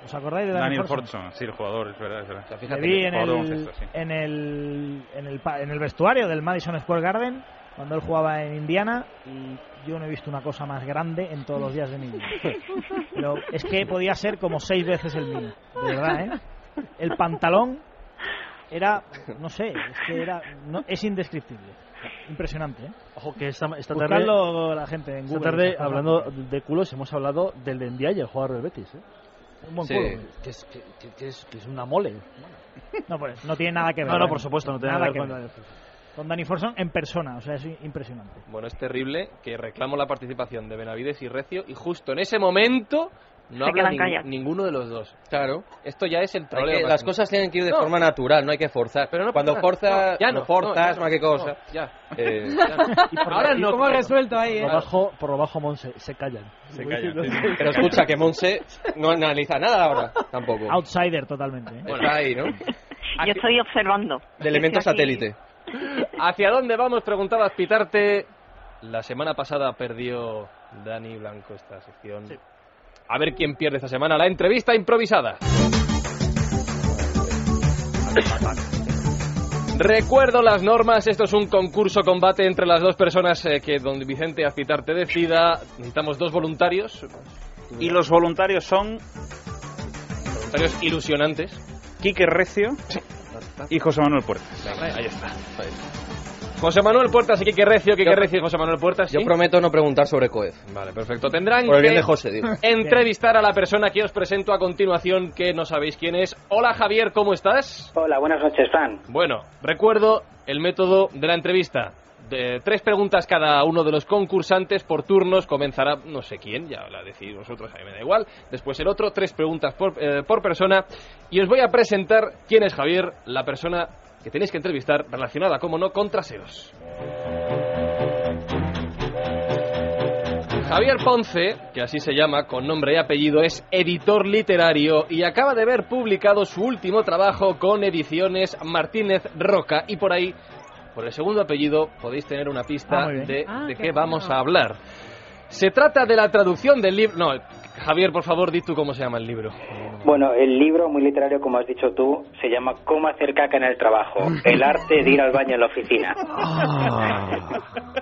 Speaker 7: ¿Os acordáis de Danny,
Speaker 1: Daniel
Speaker 7: Forson?
Speaker 1: Fortson, sí, el jugador, es verdad. Es verdad.
Speaker 7: Le vi en
Speaker 1: Jugador
Speaker 7: el,
Speaker 1: baloncesto, sí.
Speaker 7: en, el, en, el, pa- en el vestuario del Madison Square Garden cuando él jugaba en Indiana y yo no he visto una cosa más grande en todos los días de mi vida. Pero es que podía ser como seis veces el mío, de verdad, ¿eh? El pantalón era, no sé, es que era, no- es indescriptible. Impresionante, ¿eh?
Speaker 3: ojo que esta, esta tarde
Speaker 7: Buscarlo la gente en
Speaker 3: esta
Speaker 7: Google.
Speaker 3: tarde hablando de culos hemos hablado del de Ndiaye el jugador del Betis ¿eh?
Speaker 7: Un buen
Speaker 3: Sí.
Speaker 7: culo.
Speaker 3: que, es, que- que- que es, que es una mole
Speaker 7: No, pues, no tiene nada que ver.
Speaker 3: no no
Speaker 7: ¿eh?
Speaker 3: por supuesto no tiene nada, que ver con-
Speaker 7: Con Danny Forson en persona, o sea, es impresionante.
Speaker 6: Bueno, es terrible que reclamo la participación de Benavides y Recio y justo en ese momento no
Speaker 9: Se
Speaker 6: habla
Speaker 9: quedan
Speaker 6: nin-
Speaker 9: callados.
Speaker 6: ninguno de los dos. Claro. Esto ya es el
Speaker 9: Hay
Speaker 6: troleo.
Speaker 9: que-
Speaker 6: más
Speaker 9: las
Speaker 6: grande.
Speaker 9: cosas tienen que ir de
Speaker 6: No.
Speaker 9: forma natural, no hay que forzar.
Speaker 6: Pero no
Speaker 9: Cuando
Speaker 6: pasa
Speaker 9: forzas,
Speaker 6: nada. No, ya
Speaker 9: cuando
Speaker 6: no,
Speaker 9: forzas,
Speaker 6: no, ya
Speaker 9: más que
Speaker 6: no,
Speaker 9: cosa.
Speaker 6: ya. (laughs)
Speaker 9: Eh,
Speaker 6: Ya no. Y por- Ahora no.
Speaker 3: Por lo
Speaker 16: resuelto ahí,
Speaker 3: por
Speaker 16: eh?
Speaker 3: lo bajo por lo bajo Monse se callan
Speaker 1: Se callan,
Speaker 3: No sé.
Speaker 1: sí, sí.
Speaker 9: pero escucha que Monse no analiza nada ahora, tampoco.
Speaker 7: Outsider totalmente. ¿eh?
Speaker 9: Está ahí, ¿no?
Speaker 14: (laughs) Yo estoy observando.
Speaker 9: (laughs) De elementos
Speaker 14: Estoy aquí.
Speaker 9: satélite.
Speaker 6: ¿Hacia dónde vamos? Preguntaba Pitarte. La semana pasada perdió Dani Blanco esta sección. A ver quién pierde esta semana. La entrevista improvisada. Recuerdo las normas, esto es un concurso combate entre las dos personas eh, que don Vicente Azpitarte decida. Necesitamos dos voluntarios,
Speaker 1: Y los voluntarios son
Speaker 6: voluntarios ilusionantes.
Speaker 1: Quique Recio y José Manuel Puertas.
Speaker 6: Ahí está. José Manuel Puertas y Quique Recio, Quique
Speaker 9: Yo-
Speaker 6: Recio y José Manuel Puertas.
Speaker 9: Yo
Speaker 6: ¿sí?
Speaker 9: prometo no preguntar sobre COEF.
Speaker 6: Vale, perfecto. Tendrán
Speaker 9: Por el bien
Speaker 6: que
Speaker 9: de José, digo.
Speaker 6: (laughs) entrevistar a la persona que os presento a continuación, que no sabéis quién es. Hola Javier, ¿cómo estás?
Speaker 16: Hola, buenas noches, Fran.
Speaker 6: Bueno, recuerdo el método de la entrevista. De tres preguntas cada uno de los concursantes por turnos. Comenzará no sé quién, ya la decidís vosotros, a mí me da igual. Después el otro, tres preguntas por, eh, por persona. Y os voy a presentar quién es Javier, la persona que tenéis que entrevistar relacionada, como no, con traseros. Javier Ponce, que así se llama con nombre y apellido, es editor literario y acaba de ver publicado su último trabajo con ediciones Martínez Roca y por ahí, por el segundo apellido, podéis tener una
Speaker 17: Ah,
Speaker 6: pista
Speaker 17: muy bien.
Speaker 6: de,
Speaker 17: Ah,
Speaker 6: de
Speaker 17: qué
Speaker 6: qué vamos
Speaker 17: bueno.
Speaker 6: a hablar. Se trata de la traducción del libro... No, Javier, por favor, di tú cómo se llama el libro.
Speaker 16: Bueno, el libro muy literario, como has dicho tú, se llama Cómo hacer caca en el trabajo, el arte de ir al baño en la oficina.
Speaker 17: Ah.
Speaker 6: Ah.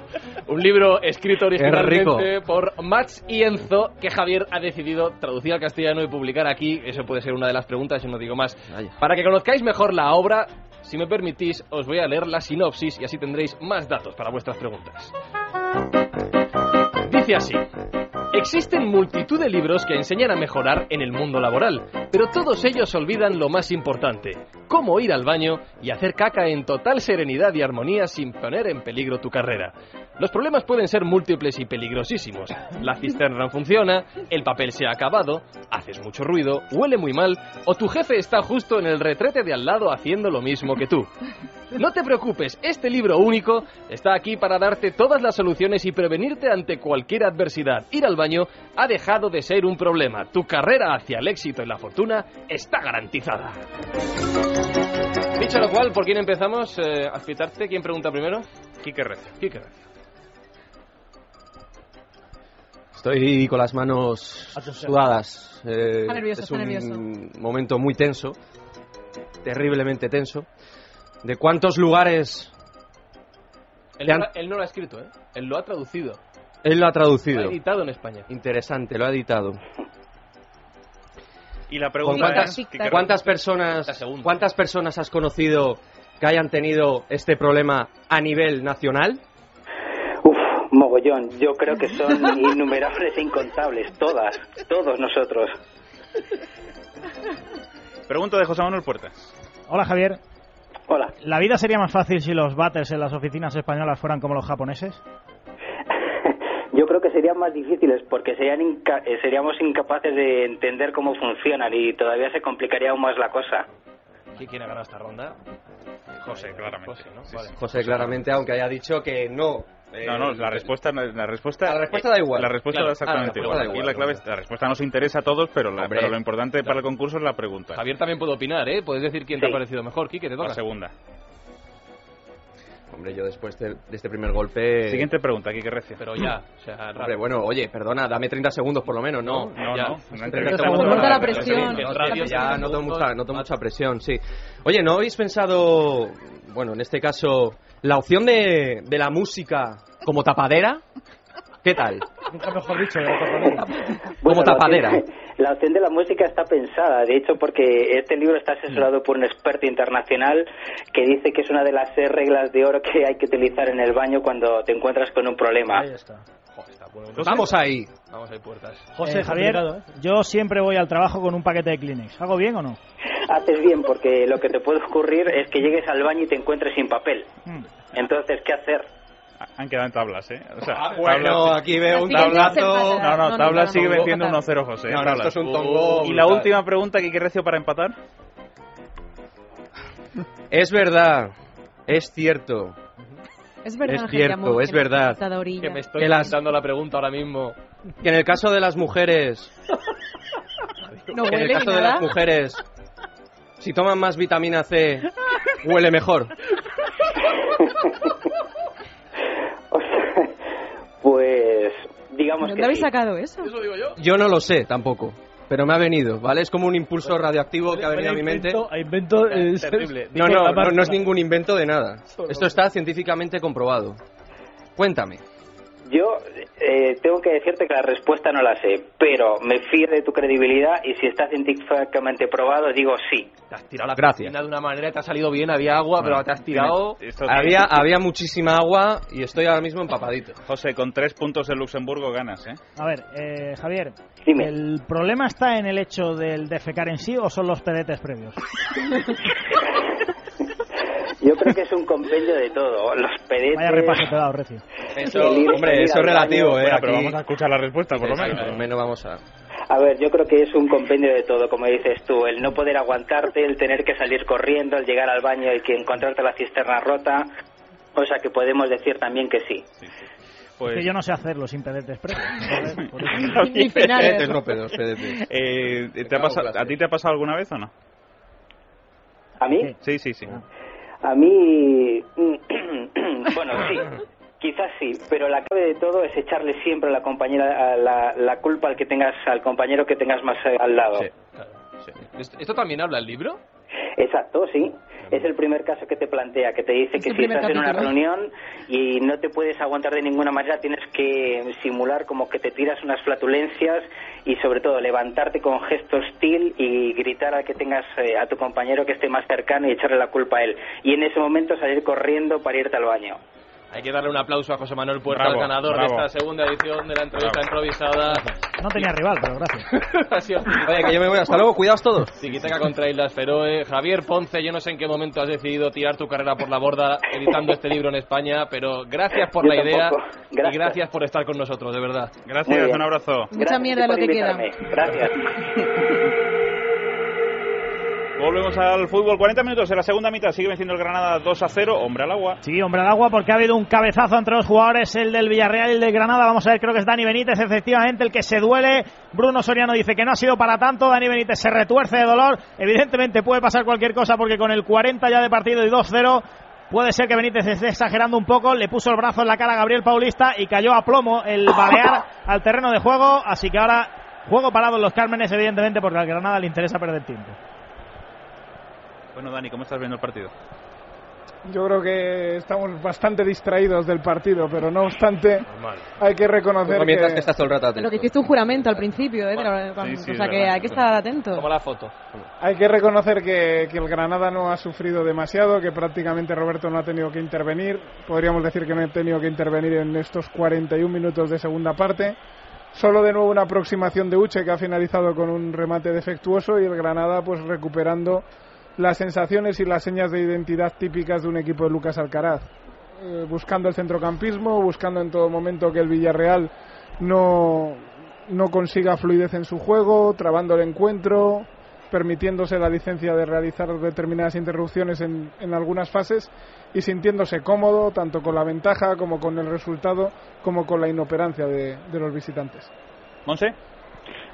Speaker 6: Un libro escrito
Speaker 16: Qué rico.
Speaker 6: originalmente por Max y Enzo, que Javier ha decidido traducir al castellano y publicar aquí. Eso puede ser una de las preguntas, yo no digo más. Para que conozcáis mejor la obra, si me permitís, os voy a leer la sinopsis y así tendréis más datos para vuestras preguntas. Dice así. Existen multitud de libros que enseñan a mejorar en el mundo laboral, pero todos ellos olvidan lo más importante, cómo ir al baño y hacer caca en total serenidad y armonía sin poner en peligro tu carrera. Los problemas pueden ser múltiples y peligrosísimos. La cisterna no funciona, el papel se ha acabado, haces mucho ruido, huele muy mal o tu jefe está justo en el retrete de al lado haciendo lo mismo que tú. No te preocupes, este libro único está aquí para darte todas las soluciones y prevenirte ante cualquier adversidad. Ir al baño ha dejado de ser un problema. Tu carrera hacia el éxito y la fortuna está garantizada. Dicho lo cual, ¿por quién empezamos? Eh, a citarte? ¿Quién pregunta primero? Quique Recio. Quique Recio.
Speaker 9: Estoy con las manos sudadas. eh,
Speaker 5: Está nervioso,
Speaker 9: es
Speaker 5: está
Speaker 9: un
Speaker 5: nervioso.
Speaker 9: momento muy tenso, terriblemente tenso. ¿De cuántos lugares
Speaker 6: Él,
Speaker 9: Le han-
Speaker 6: no la- él no lo ha escrito, ¿eh? Él lo ha traducido.
Speaker 9: él lo ha
Speaker 6: Lo
Speaker 9: traducido?
Speaker 6: ha editado en España.
Speaker 9: Interesante, lo ha editado.
Speaker 1: Y la
Speaker 9: ¿Con
Speaker 1: pregunta
Speaker 9: cuántas,
Speaker 1: es, Quique
Speaker 9: cuántas personas, ¿Cuántas personas has conocido que hayan tenido este problema a nivel nacional?
Speaker 16: Mogollón, yo creo que son innumerables e incontables, todas, todos nosotros.
Speaker 1: Pregunta de José Manuel Puertas.
Speaker 7: Hola Javier.
Speaker 16: Hola.
Speaker 7: ¿La vida sería más fácil si los bates en las oficinas españolas fueran como los japoneses?
Speaker 16: Yo creo que serían más difíciles porque serían inca- eh, seríamos incapaces de entender cómo funcionan y todavía se complicaría aún más la cosa.
Speaker 6: ¿Quién quiere ganar esta ronda? José, claramente. José, ¿no? Vale.
Speaker 9: José, claramente, aunque haya dicho que no. eh,
Speaker 1: No, no, la respuesta, no es- la respuesta,
Speaker 9: La respuesta da igual.
Speaker 1: La respuesta
Speaker 9: Claro.
Speaker 1: da
Speaker 9: Ah,
Speaker 1: exactamente
Speaker 9: la respuesta
Speaker 1: igual.
Speaker 9: da
Speaker 1: Aquí
Speaker 9: igual,
Speaker 1: la clave
Speaker 9: ¿no?
Speaker 1: es- la respuesta Pues nos interesa a todos, pero, la-
Speaker 9: Hombre.
Speaker 1: pero lo importante para el concurso es la pregunta.
Speaker 6: Javier también puede opinar, ¿eh? Puedes decir quién te ha parecido mejor. Quique, te toca.
Speaker 1: La segunda.
Speaker 9: Hombre, yo después de, de este primer golpe.
Speaker 1: Siguiente pregunta, Quique Recio.
Speaker 6: Pero ya, o sea,
Speaker 9: Hombre, bueno, oye, perdona, dame 30 segundos por lo menos, ¿no?
Speaker 1: No,
Speaker 9: ya.
Speaker 1: no,
Speaker 9: Es
Speaker 1: no,
Speaker 9: que
Speaker 1: 30
Speaker 9: 30
Speaker 1: segundos.
Speaker 9: segundos.
Speaker 1: Corta la
Speaker 9: No,
Speaker 1: presión,
Speaker 9: sí, no,
Speaker 1: corta la
Speaker 9: sí, Ya
Speaker 1: presión.
Speaker 9: noto mucha, noto mucha presión, sí. Oye, ¿no habéis pensado, bueno, en este caso, la opción de, de la música como tapadera? ¿Qué tal?
Speaker 7: Nunca mejor dicho, de
Speaker 16: (laughs)
Speaker 9: Como
Speaker 16: la opción-
Speaker 9: tapadera.
Speaker 16: La opción de la música está pensada, de hecho, porque este libro está
Speaker 7: Mm.
Speaker 16: asesorado por un experto internacional que dice que es una de las seis reglas de oro que hay que utilizar en el baño cuando te encuentras con un problema.
Speaker 9: Vamos ahí.
Speaker 6: Vamos ahí, puertas.
Speaker 7: José,
Speaker 16: Eh,
Speaker 7: Javier,
Speaker 16: complicado,
Speaker 7: yo siempre voy al trabajo con un paquete de Kleenex. ¿Hago bien o no?
Speaker 16: Haces bien, porque lo que te puede ocurrir es que llegues al baño y te encuentres sin papel.
Speaker 7: Mm.
Speaker 16: Entonces, ¿qué hacer?
Speaker 1: Han quedado en tablas, ¿eh? O sea,
Speaker 9: Ah, bueno, aquí veo un
Speaker 1: tablazo.
Speaker 9: tablazo.
Speaker 1: No, no,
Speaker 9: No, no,
Speaker 1: tablas
Speaker 9: no,
Speaker 1: sigue
Speaker 9: no,
Speaker 1: venciendo
Speaker 9: no.
Speaker 1: 1-0, José.
Speaker 9: No, no,
Speaker 1: tablas.
Speaker 9: esto
Speaker 1: Uh,
Speaker 9: es un tongo
Speaker 1: Y la
Speaker 9: brutal.
Speaker 1: última pregunta, Quique Recio, para empatar.
Speaker 9: Es verdad, es cierto.
Speaker 5: Es verdad,
Speaker 9: Es
Speaker 5: Ángel
Speaker 9: cierto,
Speaker 5: Yamur,
Speaker 9: es
Speaker 5: que no
Speaker 9: verdad.
Speaker 5: has estado a orilla.
Speaker 6: Que me estoy
Speaker 9: Que las-
Speaker 6: dando la pregunta ahora mismo.
Speaker 9: Que en el caso de las mujeres,
Speaker 5: No
Speaker 9: en el
Speaker 5: huele ni
Speaker 9: caso de
Speaker 5: nada.
Speaker 9: las mujeres, si toman más vitamina C, huele mejor.
Speaker 16: Pues, digamos
Speaker 5: ¿Dónde
Speaker 16: que
Speaker 5: habéis
Speaker 16: sí.
Speaker 5: sacado eso?
Speaker 9: Yo no lo sé tampoco, pero me ha venido, ¿vale? Es como un impulso radioactivo que ha venido a mi mente. Eh,
Speaker 3: invento eh,
Speaker 9: No, no, no, no es ningún invento de nada. Esto está científicamente comprobado. Cuéntame.
Speaker 16: Yo eh, tengo que decirte que la respuesta no la sé, pero me fío de tu credibilidad y si está científicamente probado, digo sí.
Speaker 6: Has tirado la
Speaker 9: Gracias.
Speaker 6: piscina de una manera, te ha salido bien, había agua, pero te has tirado.
Speaker 9: Había, había muchísima agua y estoy ahora mismo empapadito.
Speaker 1: José, con tres puntos en Luxemburgo ganas, ¿eh?
Speaker 7: A ver, eh, Javier, ¿el problema está en el hecho del defecar en sí o son los pedetes previos?
Speaker 16: Yo creo que es un compendio de todo. Los pedetes.
Speaker 7: Vaya repaso te he dado, Recio.
Speaker 16: el ir- el ir al
Speaker 9: eh,
Speaker 16: baño.
Speaker 1: Bueno, pero vamos a escuchar la respuesta, por lo
Speaker 9: Sí, sí,
Speaker 1: menos.
Speaker 9: al menos vamos a...
Speaker 16: A ver, yo creo que es un compendio de todo, como dices tú, el no poder aguantarte, el tener que salir corriendo, el llegar al baño, el que encontrarte la cisterna rota, o sea que podemos decir también que sí.
Speaker 7: Es que yo no sé hacerlo sin pedetes previos.
Speaker 16: Pues,
Speaker 7: Joder, por eso.
Speaker 1: (laughs) Eh, ¿te ha pasado- ¿A ti te ha pasado alguna vez o no?
Speaker 16: ¿A mí?
Speaker 1: Sí, sí, sí.
Speaker 16: A mí, (clears throat) bueno, sí, quizás sí, pero la clave de todo es echarle siempre a la compañera a la, la culpa al que tengas, al compañero que tengas más eh, al lado.
Speaker 6: ¿Esto- ¿Esto también habla el libro?
Speaker 16: Exacto, sí. Es el primer caso que te plantea, que te dice que
Speaker 6: el
Speaker 16: si
Speaker 6: primer
Speaker 16: estás en una
Speaker 6: capítulo.
Speaker 16: reunión y no te puedes aguantar de ninguna manera, tienes que simular como que te tiras unas flatulencias y sobre todo levantarte con gesto hostil y gritar al que tengas eh, a tu compañero que esté más cercano y echarle la culpa a él. Y en ese momento salir corriendo para irte al baño.
Speaker 6: Hay que darle un aplauso a José Manuel Puerta,
Speaker 16: Bravo,
Speaker 6: el ganador
Speaker 16: bravo.
Speaker 6: de esta segunda edición de la entrevista
Speaker 9: (laughs)
Speaker 16: Bravo.
Speaker 6: improvisada. (laughs)
Speaker 7: No tenía rival, pero gracias.
Speaker 6: Ha sido-
Speaker 9: Oye, que yo me voy. Hasta luego, cuidaos todos.
Speaker 6: Tiquitaca contra Islas Feroe. Javier Ponce, yo no sé en qué momento has decidido tirar tu carrera por la borda editando este libro en España, pero gracias por
Speaker 9: Yo
Speaker 6: la idea
Speaker 9: tampoco.
Speaker 6: y gracias por estar con nosotros, de verdad.
Speaker 1: Gracias, Muy bien. un abrazo.
Speaker 5: Mucha mierda lo que queda.
Speaker 16: Gracias.
Speaker 1: Volvemos al fútbol. 40 minutos en la segunda mitad. Sigue venciendo el Granada 2 a 0. Hombre al agua.
Speaker 7: Sí, hombre al agua, porque ha habido un cabezazo entre los jugadores, el del Villarreal y el de Granada. Vamos a ver, creo que es Dani Benítez, efectivamente, el que se duele. Bruno Soriano dice que no ha sido para tanto. Dani Benítez se retuerce de dolor. Evidentemente puede pasar cualquier cosa, porque con el 40 ya de partido y 2-0. Puede ser que Benítez esté exagerando un poco, le puso el brazo en la cara a Gabriel Paulista y cayó a plomo el balear al terreno de juego, así que ahora juego parado en los Cármenes, evidentemente, porque al Granada le interesa perder tiempo.
Speaker 1: Bueno, Dani, ¿cómo estás viendo el partido?
Speaker 11: Yo creo que estamos bastante distraídos del partido, pero no obstante, hay que
Speaker 9: Tú
Speaker 11: reconocer
Speaker 9: comienzas que
Speaker 5: Eh,
Speaker 11: que...
Speaker 9: estás todo el rato
Speaker 5: Pero
Speaker 9: atento.
Speaker 5: que hiciste un juramento al principio, ¿eh?
Speaker 9: sí, sí,
Speaker 5: o
Speaker 9: es
Speaker 5: sea que
Speaker 9: verdad.
Speaker 5: hay que estar atentos.
Speaker 6: Como la foto.
Speaker 11: Hay que reconocer que, que el Granada no ha sufrido demasiado, que prácticamente Roberto no ha tenido que intervenir. Podríamos decir que no ha tenido que intervenir en estos 41 minutos de segunda parte. Solo de nuevo una aproximación de Uche que ha finalizado con un remate defectuoso y el Granada pues recuperando las sensaciones y las señas de identidad típicas de un equipo de Lucas Alcaraz. Eh, buscando el centrocampismo, buscando en todo momento que el Villarreal no, no consiga fluidez en su juego, trabando el encuentro, permitiéndose la licencia de realizar determinadas interrupciones en, en algunas fases y sintiéndose cómodo tanto con la ventaja como con el resultado como con la inoperancia de, de los visitantes.
Speaker 1: Monse,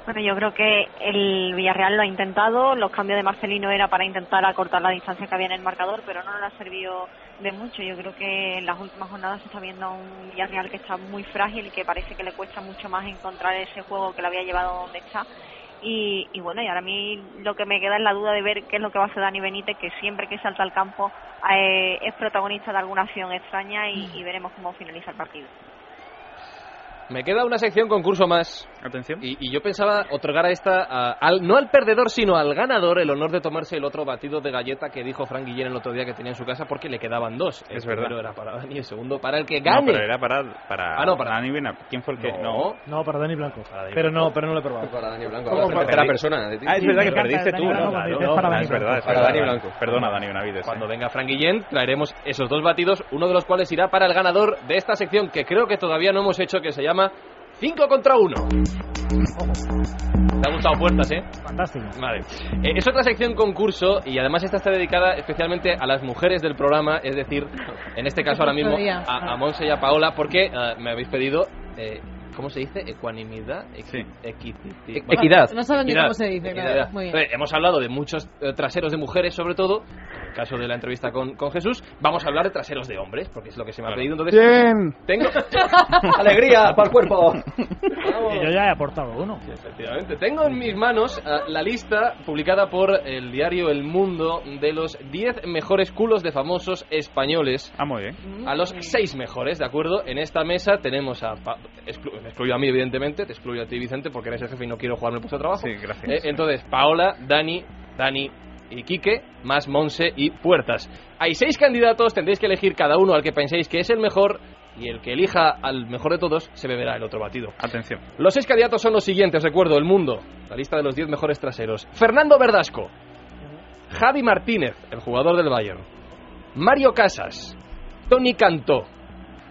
Speaker 14: Bueno, yo creo que el Villarreal lo ha intentado. Los cambios de Marcelino era para intentar acortar la distancia que había en el marcador, pero no nos ha servido de mucho. Yo creo que en las últimas jornadas se está viendo un Villarreal que está muy frágil, que parece que le cuesta mucho más encontrar ese juego que le había llevado donde está. Y, y bueno, y ahora a mí lo que me queda es la duda de ver qué es lo que va a hacer Dani Benítez, que siempre que salta al campo eh, es protagonista de alguna acción extraña y, y veremos cómo finaliza el partido.
Speaker 6: Me queda una sección concurso más.
Speaker 1: Atención.
Speaker 6: Y, y yo pensaba otorgar a esta, a- al, no al perdedor, sino al ganador, el honor de tomarse el otro batido de galleta que dijo Frank Guillén el otro día que tenía en su casa porque le quedaban dos. El
Speaker 1: Es verdad.
Speaker 6: primero era para Dani, el segundo para el que gane.
Speaker 1: No, pero era para, para,
Speaker 6: Ah, no, para-
Speaker 1: Dani Benítez. ¿Quién fue el que.? No.
Speaker 7: No, para Dani Blanco. pero no, pero no lo he probado.
Speaker 6: Para Dani Blanco,
Speaker 1: ¿Cómo
Speaker 6: la
Speaker 1: para-
Speaker 6: tercera persona. de ti.
Speaker 1: Ah, es verdad que
Speaker 6: Claro,
Speaker 1: perdiste
Speaker 6: Dani
Speaker 1: tú.
Speaker 6: Blanco,
Speaker 1: ¿no?
Speaker 6: cuando
Speaker 1: Claro,
Speaker 6: dices para
Speaker 1: no,
Speaker 6: Dani
Speaker 1: es verdad, es
Speaker 6: Blanco. Para
Speaker 1: verdad.
Speaker 6: Dani Blanco.
Speaker 1: Perdona, Dani Benavides.
Speaker 6: Cuando venga Frank Guillén, traeremos esos dos batidos, uno de los cuales irá para el ganador de esta sección que creo que todavía no hemos hecho, que se llama 5 contra 1. Te ha gustado Puertas, ¿eh?
Speaker 7: Fantástico.
Speaker 6: Vale. Eh, es otra sección concurso y además esta está dedicada especialmente a las mujeres del programa, es decir, en este caso ahora mismo
Speaker 7: Todavía.
Speaker 6: a, a Monse y a Paola, porque eh, me habéis pedido... eh, ¿Cómo se dice? Ecuanimidad. Equi- equi-
Speaker 9: E-
Speaker 6: bueno,
Speaker 9: equidad.
Speaker 5: No saben ni
Speaker 6: equidad,
Speaker 5: cómo se dice, claro.
Speaker 6: equidad.
Speaker 5: Muy bien.
Speaker 6: Entonces, Hemos hablado de muchos eh, traseros de mujeres, sobre todo, caso de la entrevista con, con Jesús, vamos a hablar de traseros de hombres, porque es lo que se me ha pedido. Entonces,
Speaker 11: Bien.
Speaker 6: tengo (laughs) alegría para el cuerpo.
Speaker 7: Y yo ya he aportado uno.
Speaker 6: Efectivamente. Tengo en mis manos ah, la lista publicada por el diario El Mundo de los 10 mejores culos de famosos españoles.
Speaker 1: Ah, muy bien.
Speaker 6: A los 6 mejores, ¿de acuerdo? En esta mesa tenemos a... Pa- exclu- me excluyo a mí, evidentemente. Te excluyo a ti, Vicente, porque eres el jefe y no quiero jugarme el puesto de trabajo.
Speaker 1: Sí, gracias.
Speaker 6: Eh, entonces, Paola, Dani, Dani y Quique, más Monse y Puertas. Hay 6 candidatos, tendréis que elegir cada uno al que penséis que es el mejor... Y el que elija al mejor de todos se beberá el otro batido.
Speaker 1: Atención.
Speaker 6: Los seis candidatos son los siguientes, recuerdo, El Mundo, la lista de los 10 mejores traseros. Fernando Verdasco, Javi Martínez, el jugador del Bayern, Mario Casas, Tony Cantó,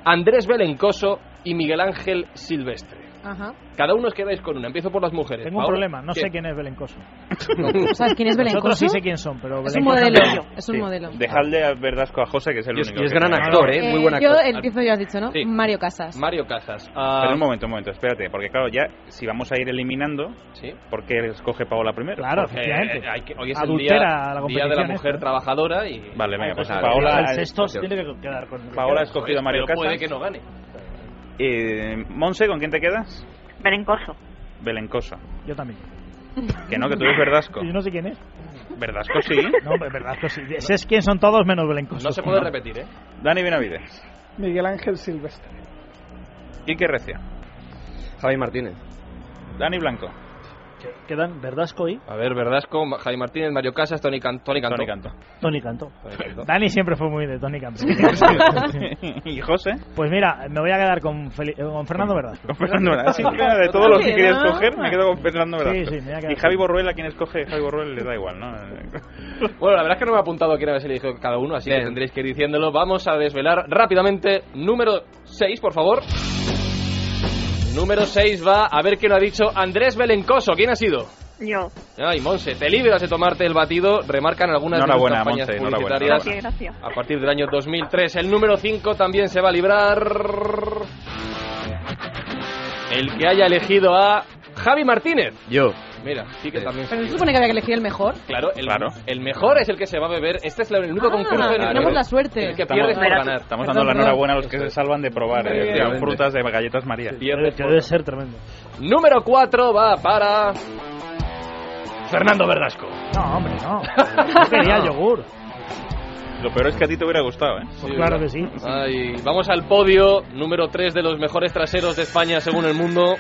Speaker 6: Andrés Belencoso y Miguel Ángel Silvestre.
Speaker 5: Ajá.
Speaker 6: Cada uno os quedáis con una. Empiezo por las mujeres.
Speaker 7: Tengo un
Speaker 6: Paola,
Speaker 7: problema, no
Speaker 6: ¿qué?
Speaker 7: sé quién es
Speaker 5: (laughs)
Speaker 7: Belencoso.
Speaker 5: ¿No sabes quién es Belencoso?
Speaker 7: Nosotros sí sé quién son, pero
Speaker 5: Es
Speaker 7: Belencoso
Speaker 5: un modelo,
Speaker 7: no.
Speaker 5: es un modelo.
Speaker 1: Dejadle a Verdasco a José, que es el
Speaker 6: Y es-
Speaker 1: único.
Speaker 6: y es
Speaker 1: que-
Speaker 6: gran actor, ¿eh? Muy buen
Speaker 5: yo
Speaker 6: actor.
Speaker 5: empiezo, ya has dicho, ¿no?
Speaker 6: Sí.
Speaker 5: Mario Casas.
Speaker 6: Mario Casas.
Speaker 1: Pero un momento, un momento, espérate, porque claro, ya si vamos a ir eliminando,
Speaker 6: Sí.
Speaker 1: ¿por qué escoge Paola primero?
Speaker 7: Claro,
Speaker 1: Porque-
Speaker 7: efectivamente.
Speaker 6: Eh, hay que- hoy es el
Speaker 7: Adultera
Speaker 6: día,
Speaker 7: la
Speaker 6: día de la
Speaker 7: competición
Speaker 6: mujer
Speaker 7: esta.
Speaker 6: trabajadora y
Speaker 1: Vale, venga, pues
Speaker 7: Al
Speaker 1: Paola,
Speaker 7: al sexto se tiene que quedar con
Speaker 1: Paola ha escogido a Mario
Speaker 6: pero puede
Speaker 1: Casas.
Speaker 6: que no gane.
Speaker 1: Eh, Monse, ¿con quién te quedas?
Speaker 14: Berencoso.
Speaker 1: Belencosa.
Speaker 7: Yo también.
Speaker 1: Que no, que tú eres
Speaker 7: (laughs)
Speaker 1: Verdasco.
Speaker 7: Yo no sé quién es.
Speaker 1: Verdasco sí.
Speaker 7: No, hombre, Verdasco sí. Sé quién son todos menos Belencoso.
Speaker 6: (laughs) No se puede repetir, ¿eh?
Speaker 1: Dani Benavides.
Speaker 11: Miguel Ángel Silvestre.
Speaker 1: Quique (laughs) Recia.
Speaker 9: Javi Martínez.
Speaker 1: Dani Blanco.
Speaker 7: Quedan Verdasco y
Speaker 6: A ver, Verdasco, Ma- Javi Martínez, Mario Casas, Tony, Can Tony Cantó.
Speaker 1: Tony Canto.
Speaker 7: Tony Cantó.
Speaker 6: Tony Cantó.
Speaker 7: Dani siempre fue muy de Tony Cantó.
Speaker 1: (laughs) y José.
Speaker 7: (laughs) Pues mira, me voy a quedar con, Fel- eh, con Fernando Verdasco.
Speaker 1: Con
Speaker 7: (laughs)
Speaker 6: (laughs)
Speaker 1: Fernando Velasco. de todos los que quería escoger, me quedo con Fernando
Speaker 7: Sí,
Speaker 1: Velasco.
Speaker 7: sí, me voy a quedar
Speaker 1: y
Speaker 7: con-
Speaker 1: Javi Borruel, ¿a quien escoge Javi Borruel? Le da igual, ¿no?
Speaker 6: Bueno, la verdad es que no me ha apuntado quién habéis elegido cada uno, así que tendréis que ir diciéndolo. Vamos a desvelar rápidamente. Número 6, por favor. Número 6 va a ver quién lo ha dicho Andrés Belencoso. ¿Quién ha sido?
Speaker 14: Yo.
Speaker 6: Ay, Monse, te libras de tomarte el batido. Remarcan algunas de las
Speaker 1: Enhorabuena,
Speaker 6: campañas
Speaker 1: Monse, enhorabuena,
Speaker 6: publicitarias
Speaker 14: Sí, gracias.
Speaker 6: a partir del año 2003. El número 5 también se va a librar. El que haya elegido a Javi Martínez.
Speaker 13: Yo.
Speaker 6: Mira, sí que también. se
Speaker 5: Pero se
Speaker 6: libra.
Speaker 5: supone que había que elegir el mejor.
Speaker 6: Claro, el,
Speaker 1: Claro.
Speaker 6: el mejor es el que se va a beber. Este es el único
Speaker 5: Ah,
Speaker 6: concurso en el
Speaker 5: tenemos
Speaker 6: que-
Speaker 5: la suerte.
Speaker 6: en el que
Speaker 1: Estamos-
Speaker 6: pierdes por ganar.
Speaker 1: Estamos
Speaker 5: Perdón,
Speaker 1: dando la
Speaker 5: perdón.
Speaker 1: enhorabuena a los que se salvan de probar eh,
Speaker 6: Efectivamente.
Speaker 1: de frutas de galletas María.
Speaker 6: Pierdes
Speaker 7: Que
Speaker 6: por
Speaker 7: debe ser tremendo.
Speaker 6: ganar. Número 4 va para Fernando Verdasco.
Speaker 7: No, hombre,
Speaker 6: (laughs)
Speaker 7: no. Yo quería yogur.
Speaker 1: Lo peor es que a ti te hubiera gustado, ¿eh?
Speaker 7: Pues claro que sí.
Speaker 6: Ay, vamos al podio número 3 de los mejores traseros de España según el mundo.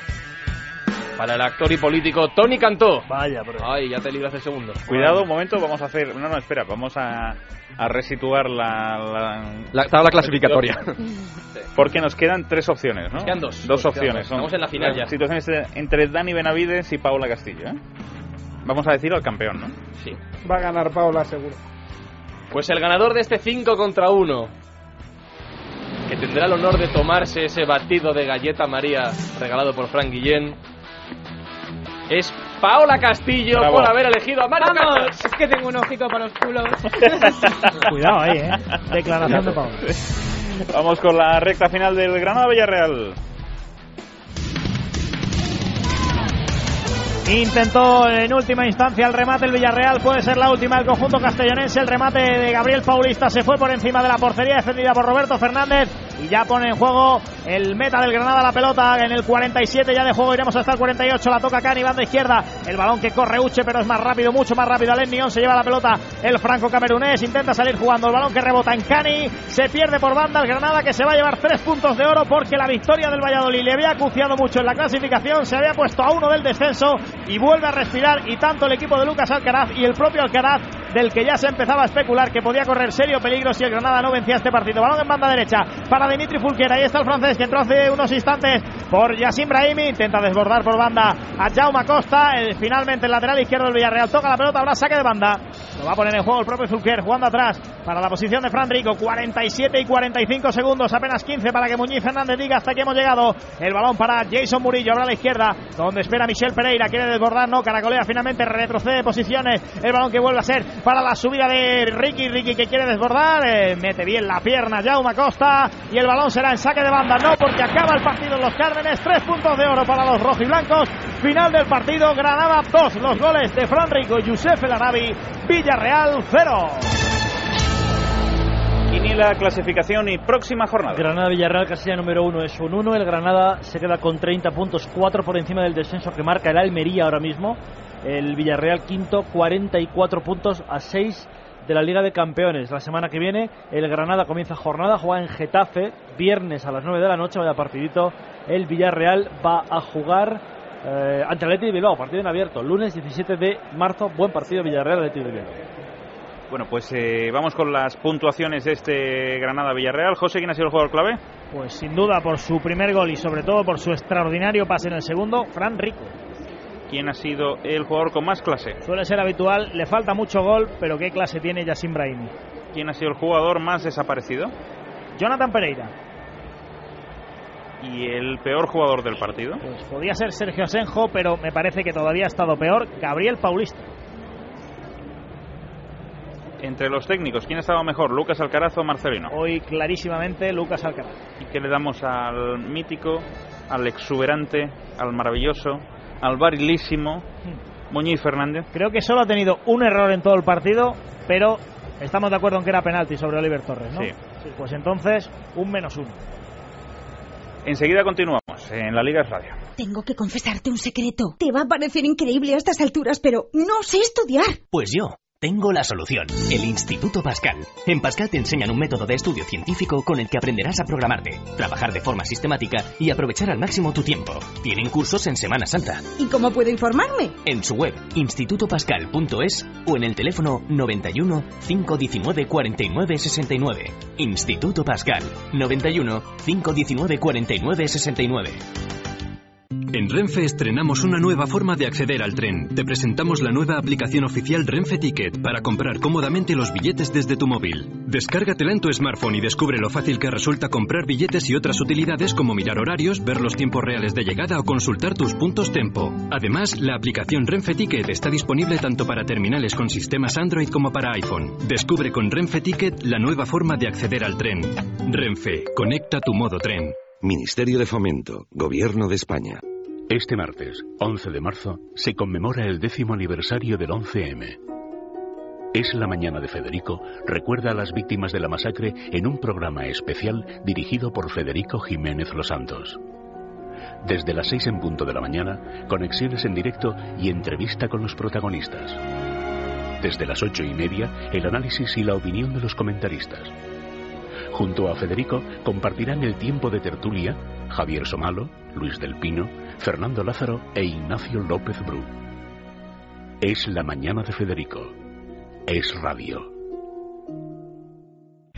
Speaker 6: Para el actor y político Tony Cantó.
Speaker 7: Vaya, pero...
Speaker 6: Ay, ya te libras el segundo.
Speaker 1: Cuidado, un momento, vamos a hacer... No, no, espera, vamos a, a resituar la- la,
Speaker 9: La tabla clasificatoria.
Speaker 1: (laughs) Porque nos quedan tres opciones, ¿no? Nos
Speaker 6: quedan dos. Nos
Speaker 1: Dos
Speaker 6: quedan
Speaker 1: opciones.
Speaker 6: dos. Estamos en la final ya.
Speaker 1: Situaciones eh, entre Dani Benavides y Paula Castillo, ¿eh? Vamos a decir al campeón, ¿no?
Speaker 6: Sí.
Speaker 11: Va a ganar Paola, seguro.
Speaker 6: Pues el ganador de este 5 contra 1, que tendrá el honor de tomarse ese batido de galleta María regalado por Frank Guillén, es Paola Castillo
Speaker 1: Bravo.
Speaker 6: por haber elegido a Mario
Speaker 5: ¡Vamos!
Speaker 6: Casas.
Speaker 5: Es que tengo un hocico para los culos.
Speaker 7: (laughs) Cuidado ahí, ¿eh? Declaración de Pablo.
Speaker 1: (laughs) Vamos con la recta final del Granada Villarreal.
Speaker 7: Intentó en última instancia el remate el Villarreal, puede ser la última del conjunto castellonense, el remate de Gabriel Paulista se fue por encima de la portería defendida por Roberto Fernández y ya pone en juego el meta del Granada la pelota en el 47 ya de juego, iremos hasta el 48, la toca Cani, banda izquierda, el balón que corre Uche pero es más rápido, mucho más rápido, Alain Mion se lleva la pelota, el franco camerunés intenta salir jugando, el balón que rebota en Cani, se pierde por banda el Granada que se va a llevar tres puntos de oro porque la victoria del Valladolid le había acuciado mucho en la clasificación, se había puesto a uno del descenso y vuelve a respirar y tanto el equipo de Lucas Alcaraz y el propio Alcaraz del que ya se empezaba a especular que podía correr serio peligro si el Granada no vencía este partido. Balón en banda derecha para Dimitri Fulquera. Ahí está el francés que entró hace unos instantes por Yassin Brahimi. Intenta desbordar por banda a Jaume Costa. El- finalmente el lateral izquierdo del Villarreal toca la pelota. Habrá saque de banda. Lo va a poner en juego el propio Fulquer jugando atrás para la posición de Fran Rico. 47 y 45 segundos, apenas 15 para que Muñiz Fernández diga hasta aquí hemos llegado. El balón para Jason Murillo, habrá a la izquierda, donde espera Michel Pereira, quiere desbordar, no, caracolea finalmente, retrocede posiciones. El balón que vuelve a ser para la subida de Ricky, Ricky que quiere desbordar, eh, mete bien la pierna Jaume Costa y el balón será en saque de banda, no, porque acaba el partido en los Cármenes, tres puntos de oro para los rojiblancos. Final del partido, Granada 2, los goles de Fran Rico y Youssef El Arabi, Villarreal 0.
Speaker 1: la clasificación y próxima jornada.
Speaker 3: Granada Villarreal casilla número uno es un 1. El Granada se queda con 30 puntos, 4 por encima del descenso que marca el Almería ahora mismo. El Villarreal quinto, 44 puntos a 6 de la Liga de Campeones. La semana que viene el Granada comienza jornada, juega en Getafe, viernes a las 9 de la noche, vaya partidito. El Villarreal va a jugar eh, ante el Athletic de Bilbao, partido en abierto, lunes 17 de marzo, buen partido Villarreal Athletic de Bilbao.
Speaker 1: Bueno, pues eh, vamos con las puntuaciones de este Granada-Villarreal. José, ¿quién ha sido el jugador clave?
Speaker 7: Pues sin duda por su primer gol y sobre todo por su extraordinario pase en el segundo, Fran Rico.
Speaker 1: ¿Quién ha sido el jugador con más clase?
Speaker 7: Suele ser habitual, le falta mucho gol, pero qué clase tiene Yassin Brahimi.
Speaker 1: ¿Quién ha sido el jugador más desaparecido?
Speaker 7: Jonathan Pereira.
Speaker 1: ¿Y el peor jugador del partido?
Speaker 7: Pues podía ser Sergio Asenjo, pero me parece que todavía ha estado peor Gabriel Paulista.
Speaker 1: Entre los técnicos, ¿quién ha estado mejor? ¿Lucas Alcaraz o Marcelino?
Speaker 7: Hoy clarísimamente Lucas Alcaraz.
Speaker 1: ¿Y qué le damos al mítico, al exuberante, al maravilloso, al barilísimo Muñiz Fernández.
Speaker 7: Creo que solo ha tenido un error en todo el partido, pero estamos de acuerdo en que era penalti sobre Oliver Torres, ¿no?
Speaker 1: Sí.
Speaker 7: Pues entonces, un menos uno.
Speaker 1: Enseguida continuamos en la Liga Radio.
Speaker 17: Tengo que confesarte un secreto. Te va a parecer increíble a estas alturas, pero no sé estudiar.
Speaker 18: (laughs) Pues yo. Tengo la solución, el Instituto Pascal. En Pascal te enseñan un método de estudio científico con el que aprenderás a programarte, trabajar de forma sistemática y aprovechar al máximo tu tiempo. Tienen cursos en Semana Santa,
Speaker 17: ¿Y cómo puedo informarme?
Speaker 18: en su web institutopascal.es o en el teléfono 91 519 49 69. Instituto Pascal 91 519 49 69.
Speaker 19: En Renfe estrenamos una nueva forma de acceder al tren. Te presentamos la nueva aplicación oficial Renfe Ticket para comprar cómodamente los billetes desde tu móvil. Descárgatela en tu smartphone y descubre lo fácil que resulta comprar billetes y otras utilidades como mirar horarios, ver los tiempos reales de llegada o consultar tus puntos tempo. Además, la aplicación Renfe Ticket está disponible tanto para terminales con sistemas Android como para iPhone. Descubre con Renfe Ticket la nueva forma de acceder al tren. Renfe, conecta tu modo tren.
Speaker 20: Ministerio de Fomento, Gobierno de España.
Speaker 21: Este martes, 11 de marzo, se conmemora el décimo aniversario del 11M. Es la mañana de Federico, recuerda a las víctimas de la masacre en un programa especial dirigido por Federico Jiménez Los Santos. Desde las 6 en punto de la mañana, conexiones en directo y entrevista con los protagonistas. Desde las ocho y media, el análisis y la opinión de los comentaristas. Junto a Federico compartirán el tiempo de tertulia Javier Somalo, Luis del Pino, Fernando Lázaro e Ignacio López Bru. Es la mañana de Federico. Es radio.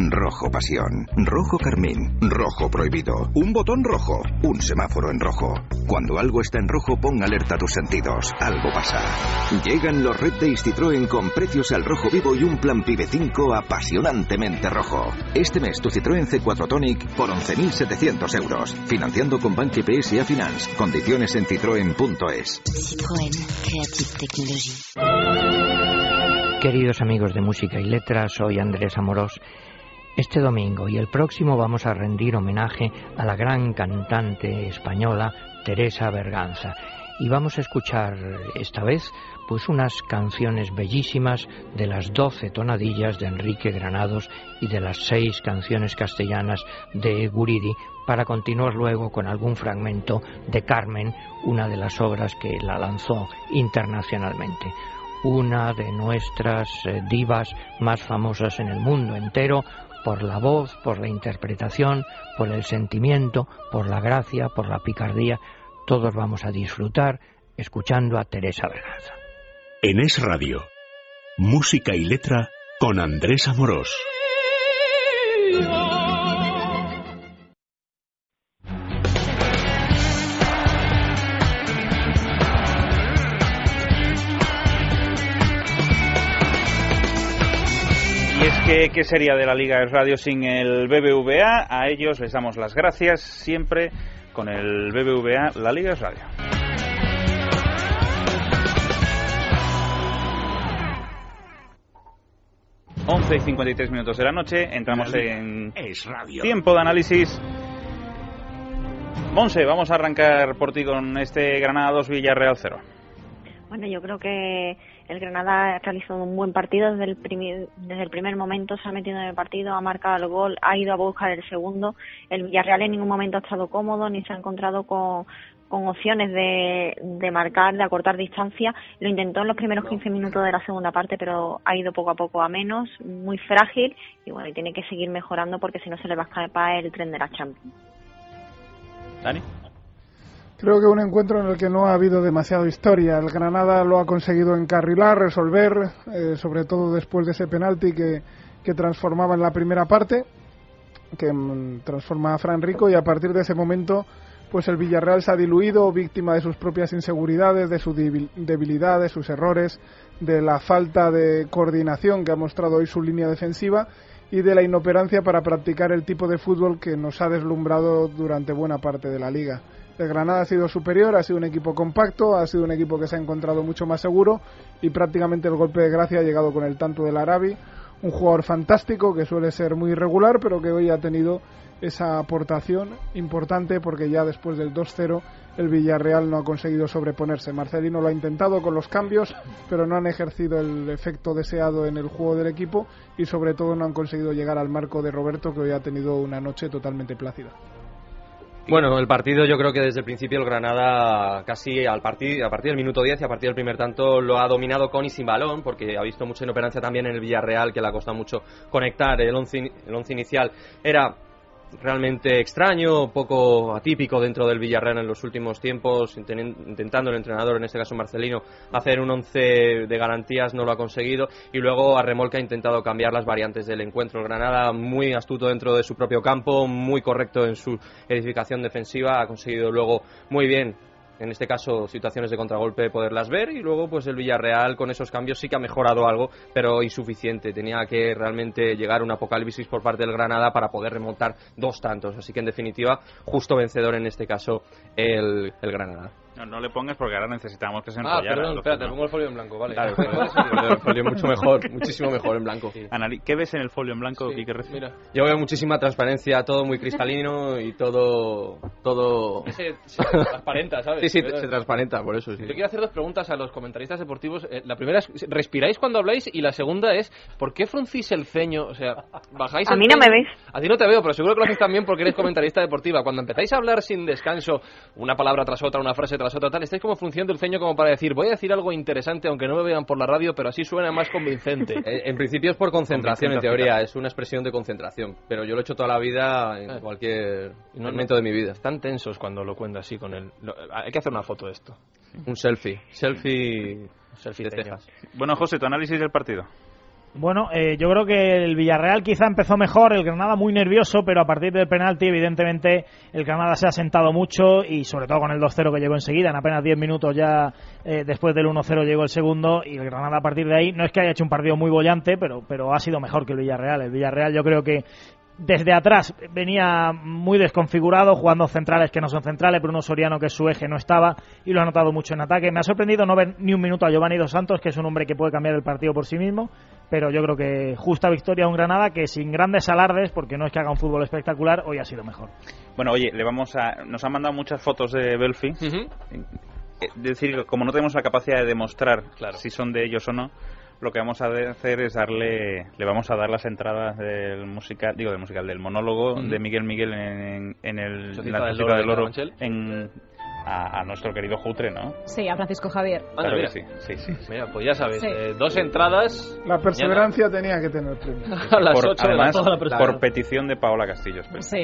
Speaker 20: Rojo pasión, rojo carmín, rojo prohibido, un botón rojo, un semáforo en rojo. Cuando algo está en rojo, pon alerta a tus sentidos, algo pasa. Llegan los Red Days Citroën con precios al rojo vivo y un plan Pibe 5 apasionantemente rojo. Este mes tu Citroën C4 Tonic por 11.700 euros, financiando con Banque PSA Finance, condiciones en citroen.es.
Speaker 22: Citroën Creative Technology.
Speaker 2: (laughs)
Speaker 23: Queridos amigos de música y letras, soy Andrés Amorós. Este domingo y el próximo vamos a rendir homenaje a la gran cantante española Teresa Berganza y vamos a escuchar esta vez pues unas canciones bellísimas de las 12 tonadillas de Enrique Granados y de las seis canciones castellanas de Guridi para continuar luego con algún fragmento de Carmen, una de las obras que la lanzó internacionalmente una de nuestras eh, divas más famosas en el mundo entero por la voz, por la interpretación, por el sentimiento, por la gracia, por la picardía. Todos vamos a disfrutar escuchando a Teresa Berganza.
Speaker 21: En Es Radio. Música y letra con Andrés Amorós.
Speaker 1: Y es que, ¿qué sería de la Liga de Radio sin el BBVA? A ellos les damos las gracias siempre con el BBVA, la Liga de Radio. Once y 53 minutos de la noche, entramos
Speaker 8: La Liga
Speaker 1: en
Speaker 8: es radio.
Speaker 1: tiempo de análisis. Monse, vamos a arrancar por ti con este Granada 2 Villarreal 0.
Speaker 14: Bueno, yo creo que el Granada ha realizado un buen partido desde el primer, desde el primer momento, se ha metido en el partido, ha marcado el gol, ha ido a buscar el segundo. El Villarreal en ningún momento ha estado cómodo ni se ha encontrado con, con opciones de, de marcar, de acortar distancia. Lo intentó en los primeros 15 minutos de la segunda parte, pero ha ido poco a poco a menos, muy frágil y bueno, y tiene que seguir mejorando porque si no se le va a escapar el tren de la Champions.
Speaker 1: Dani.
Speaker 11: Creo que un encuentro en el que no ha habido demasiado historia. El Granada lo ha conseguido encarrilar, resolver, eh, sobre todo después de ese penalti que, que transformaba en la primera parte, que mm, transforma a Fran Rico y a partir de ese momento pues el Villarreal se ha diluido, víctima de sus propias inseguridades, de su debil- debilidad, de sus errores, de la falta de coordinación que ha mostrado hoy su línea defensiva y de la inoperancia para practicar el tipo de fútbol que nos ha deslumbrado durante buena parte de la liga. El Granada ha sido superior, ha sido un equipo compacto, ha sido un equipo que se ha encontrado mucho más seguro y prácticamente el golpe de gracia ha llegado con el tanto del Arabi, un jugador fantástico que suele ser muy irregular pero que hoy ha tenido esa aportación importante porque ya después del 2-0 el Villarreal no ha conseguido sobreponerse. Marcelino lo ha intentado con los cambios, pero no han ejercido el efecto deseado en el juego del equipo y sobre todo no han conseguido llegar al marco de Roberto que hoy ha tenido una noche totalmente plácida.
Speaker 9: Bueno, el partido yo creo que desde el principio el Granada casi al partir, a partir del minuto 10 y a partir del primer tanto lo ha dominado con y sin balón porque ha visto mucha inoperancia también en el Villarreal que le ha costado mucho conectar. El once, in- el once inicial era realmente extraño, poco atípico dentro del Villarreal en los últimos tiempos, intenen- intentando el entrenador, en este caso Marcelino, hacer un once de garantías, no lo ha conseguido, y luego a remolque ha intentado cambiar las variantes del encuentro. El Granada muy astuto dentro de su propio campo, muy correcto en su edificación defensiva, ha conseguido luego muy bien en este caso situaciones de contragolpe poderlas ver y luego pues el Villarreal con esos cambios sí que ha mejorado algo pero insuficiente tenía que realmente llegar un apocalipsis por parte del Granada para poder remontar dos tantos así que en definitiva justo vencedor en este caso el, el Granada
Speaker 1: No, no le pongas porque ahora necesitamos
Speaker 9: Ah,
Speaker 1: que se enrollara. pues. entonces no.
Speaker 9: el folio en blanco vale (laughs)
Speaker 1: Claro.
Speaker 9: el folio mucho mejor muchísimo mejor en blanco
Speaker 1: Anali- ¿Qué ves en el folio en blanco, Quique Recio?
Speaker 9: yo veo muchísima transparencia todo muy cristalino y todo todo
Speaker 13: Se, se transparenta, ¿sabes?
Speaker 9: sí sí
Speaker 13: Pero-
Speaker 9: se transparenta por eso sí
Speaker 13: Yo quiero hacer dos preguntas a los comentaristas deportivos. Eh, La primera es, ¿respiráis cuando habláis? Y la segunda es, ¿por qué fruncís el ceño? O sea, bajáis
Speaker 14: A
Speaker 13: el
Speaker 14: mí no
Speaker 13: ceño-
Speaker 14: me veis.
Speaker 13: A ti no te veo, pero seguro que lo haces también porque eres comentarista deportiva. Cuando empezáis a hablar sin descanso, una palabra tras otra, una frase tras otra, tal, estáis como frunciendo el ceño como para decir, voy a decir algo interesante aunque no me vean por la radio, pero así suena más convincente.
Speaker 9: (laughs) Eh, En principio es por concentración, en
Speaker 13: Concentración,
Speaker 9: teoría.
Speaker 13: claro. Eh.
Speaker 9: Es una expresión de concentración. Pero yo lo he hecho toda la vida en cualquier momento de mi vida.
Speaker 13: Están tensos cuando lo cuento así con él. Lo- Hay que hacer una foto de esto.
Speaker 9: Un selfie. Selfie, de cejas.
Speaker 1: Bueno, José, tu análisis del partido.
Speaker 7: Bueno, eh, yo creo que el Villarreal quizá empezó mejor, el Granada muy nervioso, pero a partir del penalti, evidentemente, el Granada se ha sentado mucho y sobre todo con el 2-0 que llegó enseguida, en apenas 10 minutos ya eh, después del 1-0 llegó el segundo y el Granada a partir de ahí no es que haya hecho un partido muy bollante, pero, pero ha sido mejor que el Villarreal. El Villarreal yo creo que desde atrás venía muy desconfigurado, jugando centrales que no son centrales, Bruno Soriano que es su eje no estaba y lo ha notado mucho en ataque. Me ha sorprendido no ver ni un minuto a Giovanni Dos Santos, que es un hombre que puede cambiar el partido por sí mismo, pero yo creo que justa victoria a un Granada que sin grandes alardes, porque no es que haga un fútbol espectacular, hoy ha sido mejor.
Speaker 1: Bueno, oye, le vamos a, nos han mandado muchas fotos de Belfi. Eh, decir, como no tenemos la capacidad de demostrar si son de ellos o no, lo que vamos a de- hacer es darle, le vamos a dar las entradas del musical, digo del musical, del monólogo
Speaker 13: Ujú.
Speaker 1: de Miguel Miguel en, en el
Speaker 13: Chocita
Speaker 1: en la
Speaker 13: del
Speaker 1: Chocita
Speaker 13: Oro de
Speaker 1: del Oro,
Speaker 13: Carabanchel.
Speaker 1: en, a, a nuestro querido Jutre, ¿no?
Speaker 5: Sí, a Francisco Javier.
Speaker 1: Claro que
Speaker 13: mira.
Speaker 1: sí, sí, sí.
Speaker 13: Mira, pues ya sabes,
Speaker 5: Sí.
Speaker 13: eh, dos entradas.
Speaker 11: La perseverancia tenía que tener premio.
Speaker 13: (laughs) A las
Speaker 1: Por-
Speaker 13: ocho de la-
Speaker 1: además,
Speaker 13: toda la persona.
Speaker 1: por petición de Paola Castillo. espero.
Speaker 5: Sí,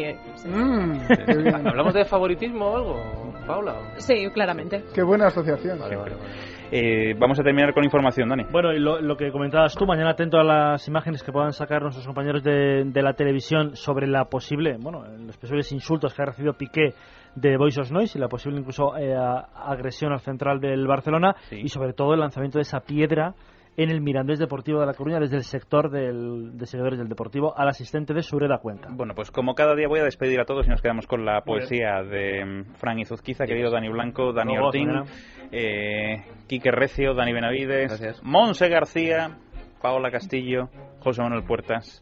Speaker 11: Mm,
Speaker 1: (laughs)
Speaker 11: qué bien.
Speaker 13: ¿Hablamos de favoritismo o algo, Paula?
Speaker 5: sí, claramente.
Speaker 11: Qué buena asociación.
Speaker 1: Eh, vamos a terminar con información, Dani.
Speaker 3: Bueno, y lo, lo que comentabas tú, mañana atento a las imágenes que puedan sacar nuestros compañeros de, de la televisión sobre la posible, bueno, los posibles insultos que ha recibido Piqué de Voice of Noise y la posible incluso eh, a- agresión al central del Barcelona y sobre todo el lanzamiento de esa piedra en el Mirandés Deportivo de La Coruña desde el sector del, de seguidores del Deportivo al asistente de Sureda Cuenca.
Speaker 1: Bueno, pues como cada día voy a despedir a todos y nos quedamos con la
Speaker 3: Muy bien.
Speaker 1: poesía de mm, Fran Izuzquiza, querido Dani Blanco, Dani
Speaker 3: Luego,
Speaker 1: Ortín,
Speaker 3: mañana.
Speaker 1: eh, Quique Recio, Dani Benavides, Monse García, Paola Castillo, José Manuel Puertas.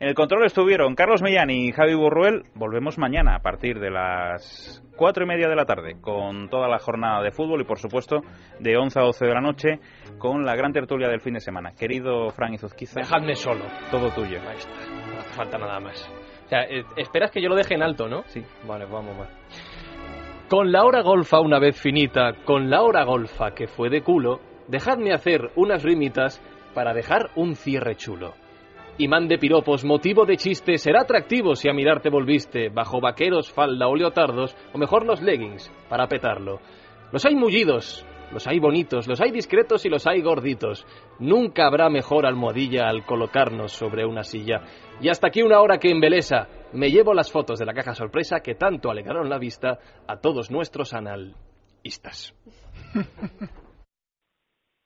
Speaker 1: En el control estuvieron Carlos Mellán y Javi Burruel. Volvemos mañana a partir de las cuatro y media de la tarde con toda la jornada de fútbol y, por supuesto, de 11 a 12 de la noche con la gran tertulia del fin de semana. Querido Fran Izuzquiza.
Speaker 6: Dejadme solo.
Speaker 1: Todo tuyo.
Speaker 6: Ahí está. No hace falta nada más. O sea, eh, esperas que yo lo deje en alto, ¿no?
Speaker 1: Sí.
Speaker 6: Vale, vamos, vale. Con la hora golfa una vez finita, con la hora golfa que fue de culo, dejadme hacer unas rimitas para dejar un cierre chulo. Imán de piropos, motivo de chiste, será atractivo si a mirarte volviste, bajo vaqueros, falda o leotardos, o mejor los leggings, para petarlo. Los hay mullidos, los hay bonitos, los hay discretos y los hay gorditos. Nunca habrá mejor almohadilla al colocarnos sobre una silla. Y hasta aquí una hora que embelesa. Me llevo las fotos de la caja sorpresa que tanto alegraron la vista a todos nuestros analistas.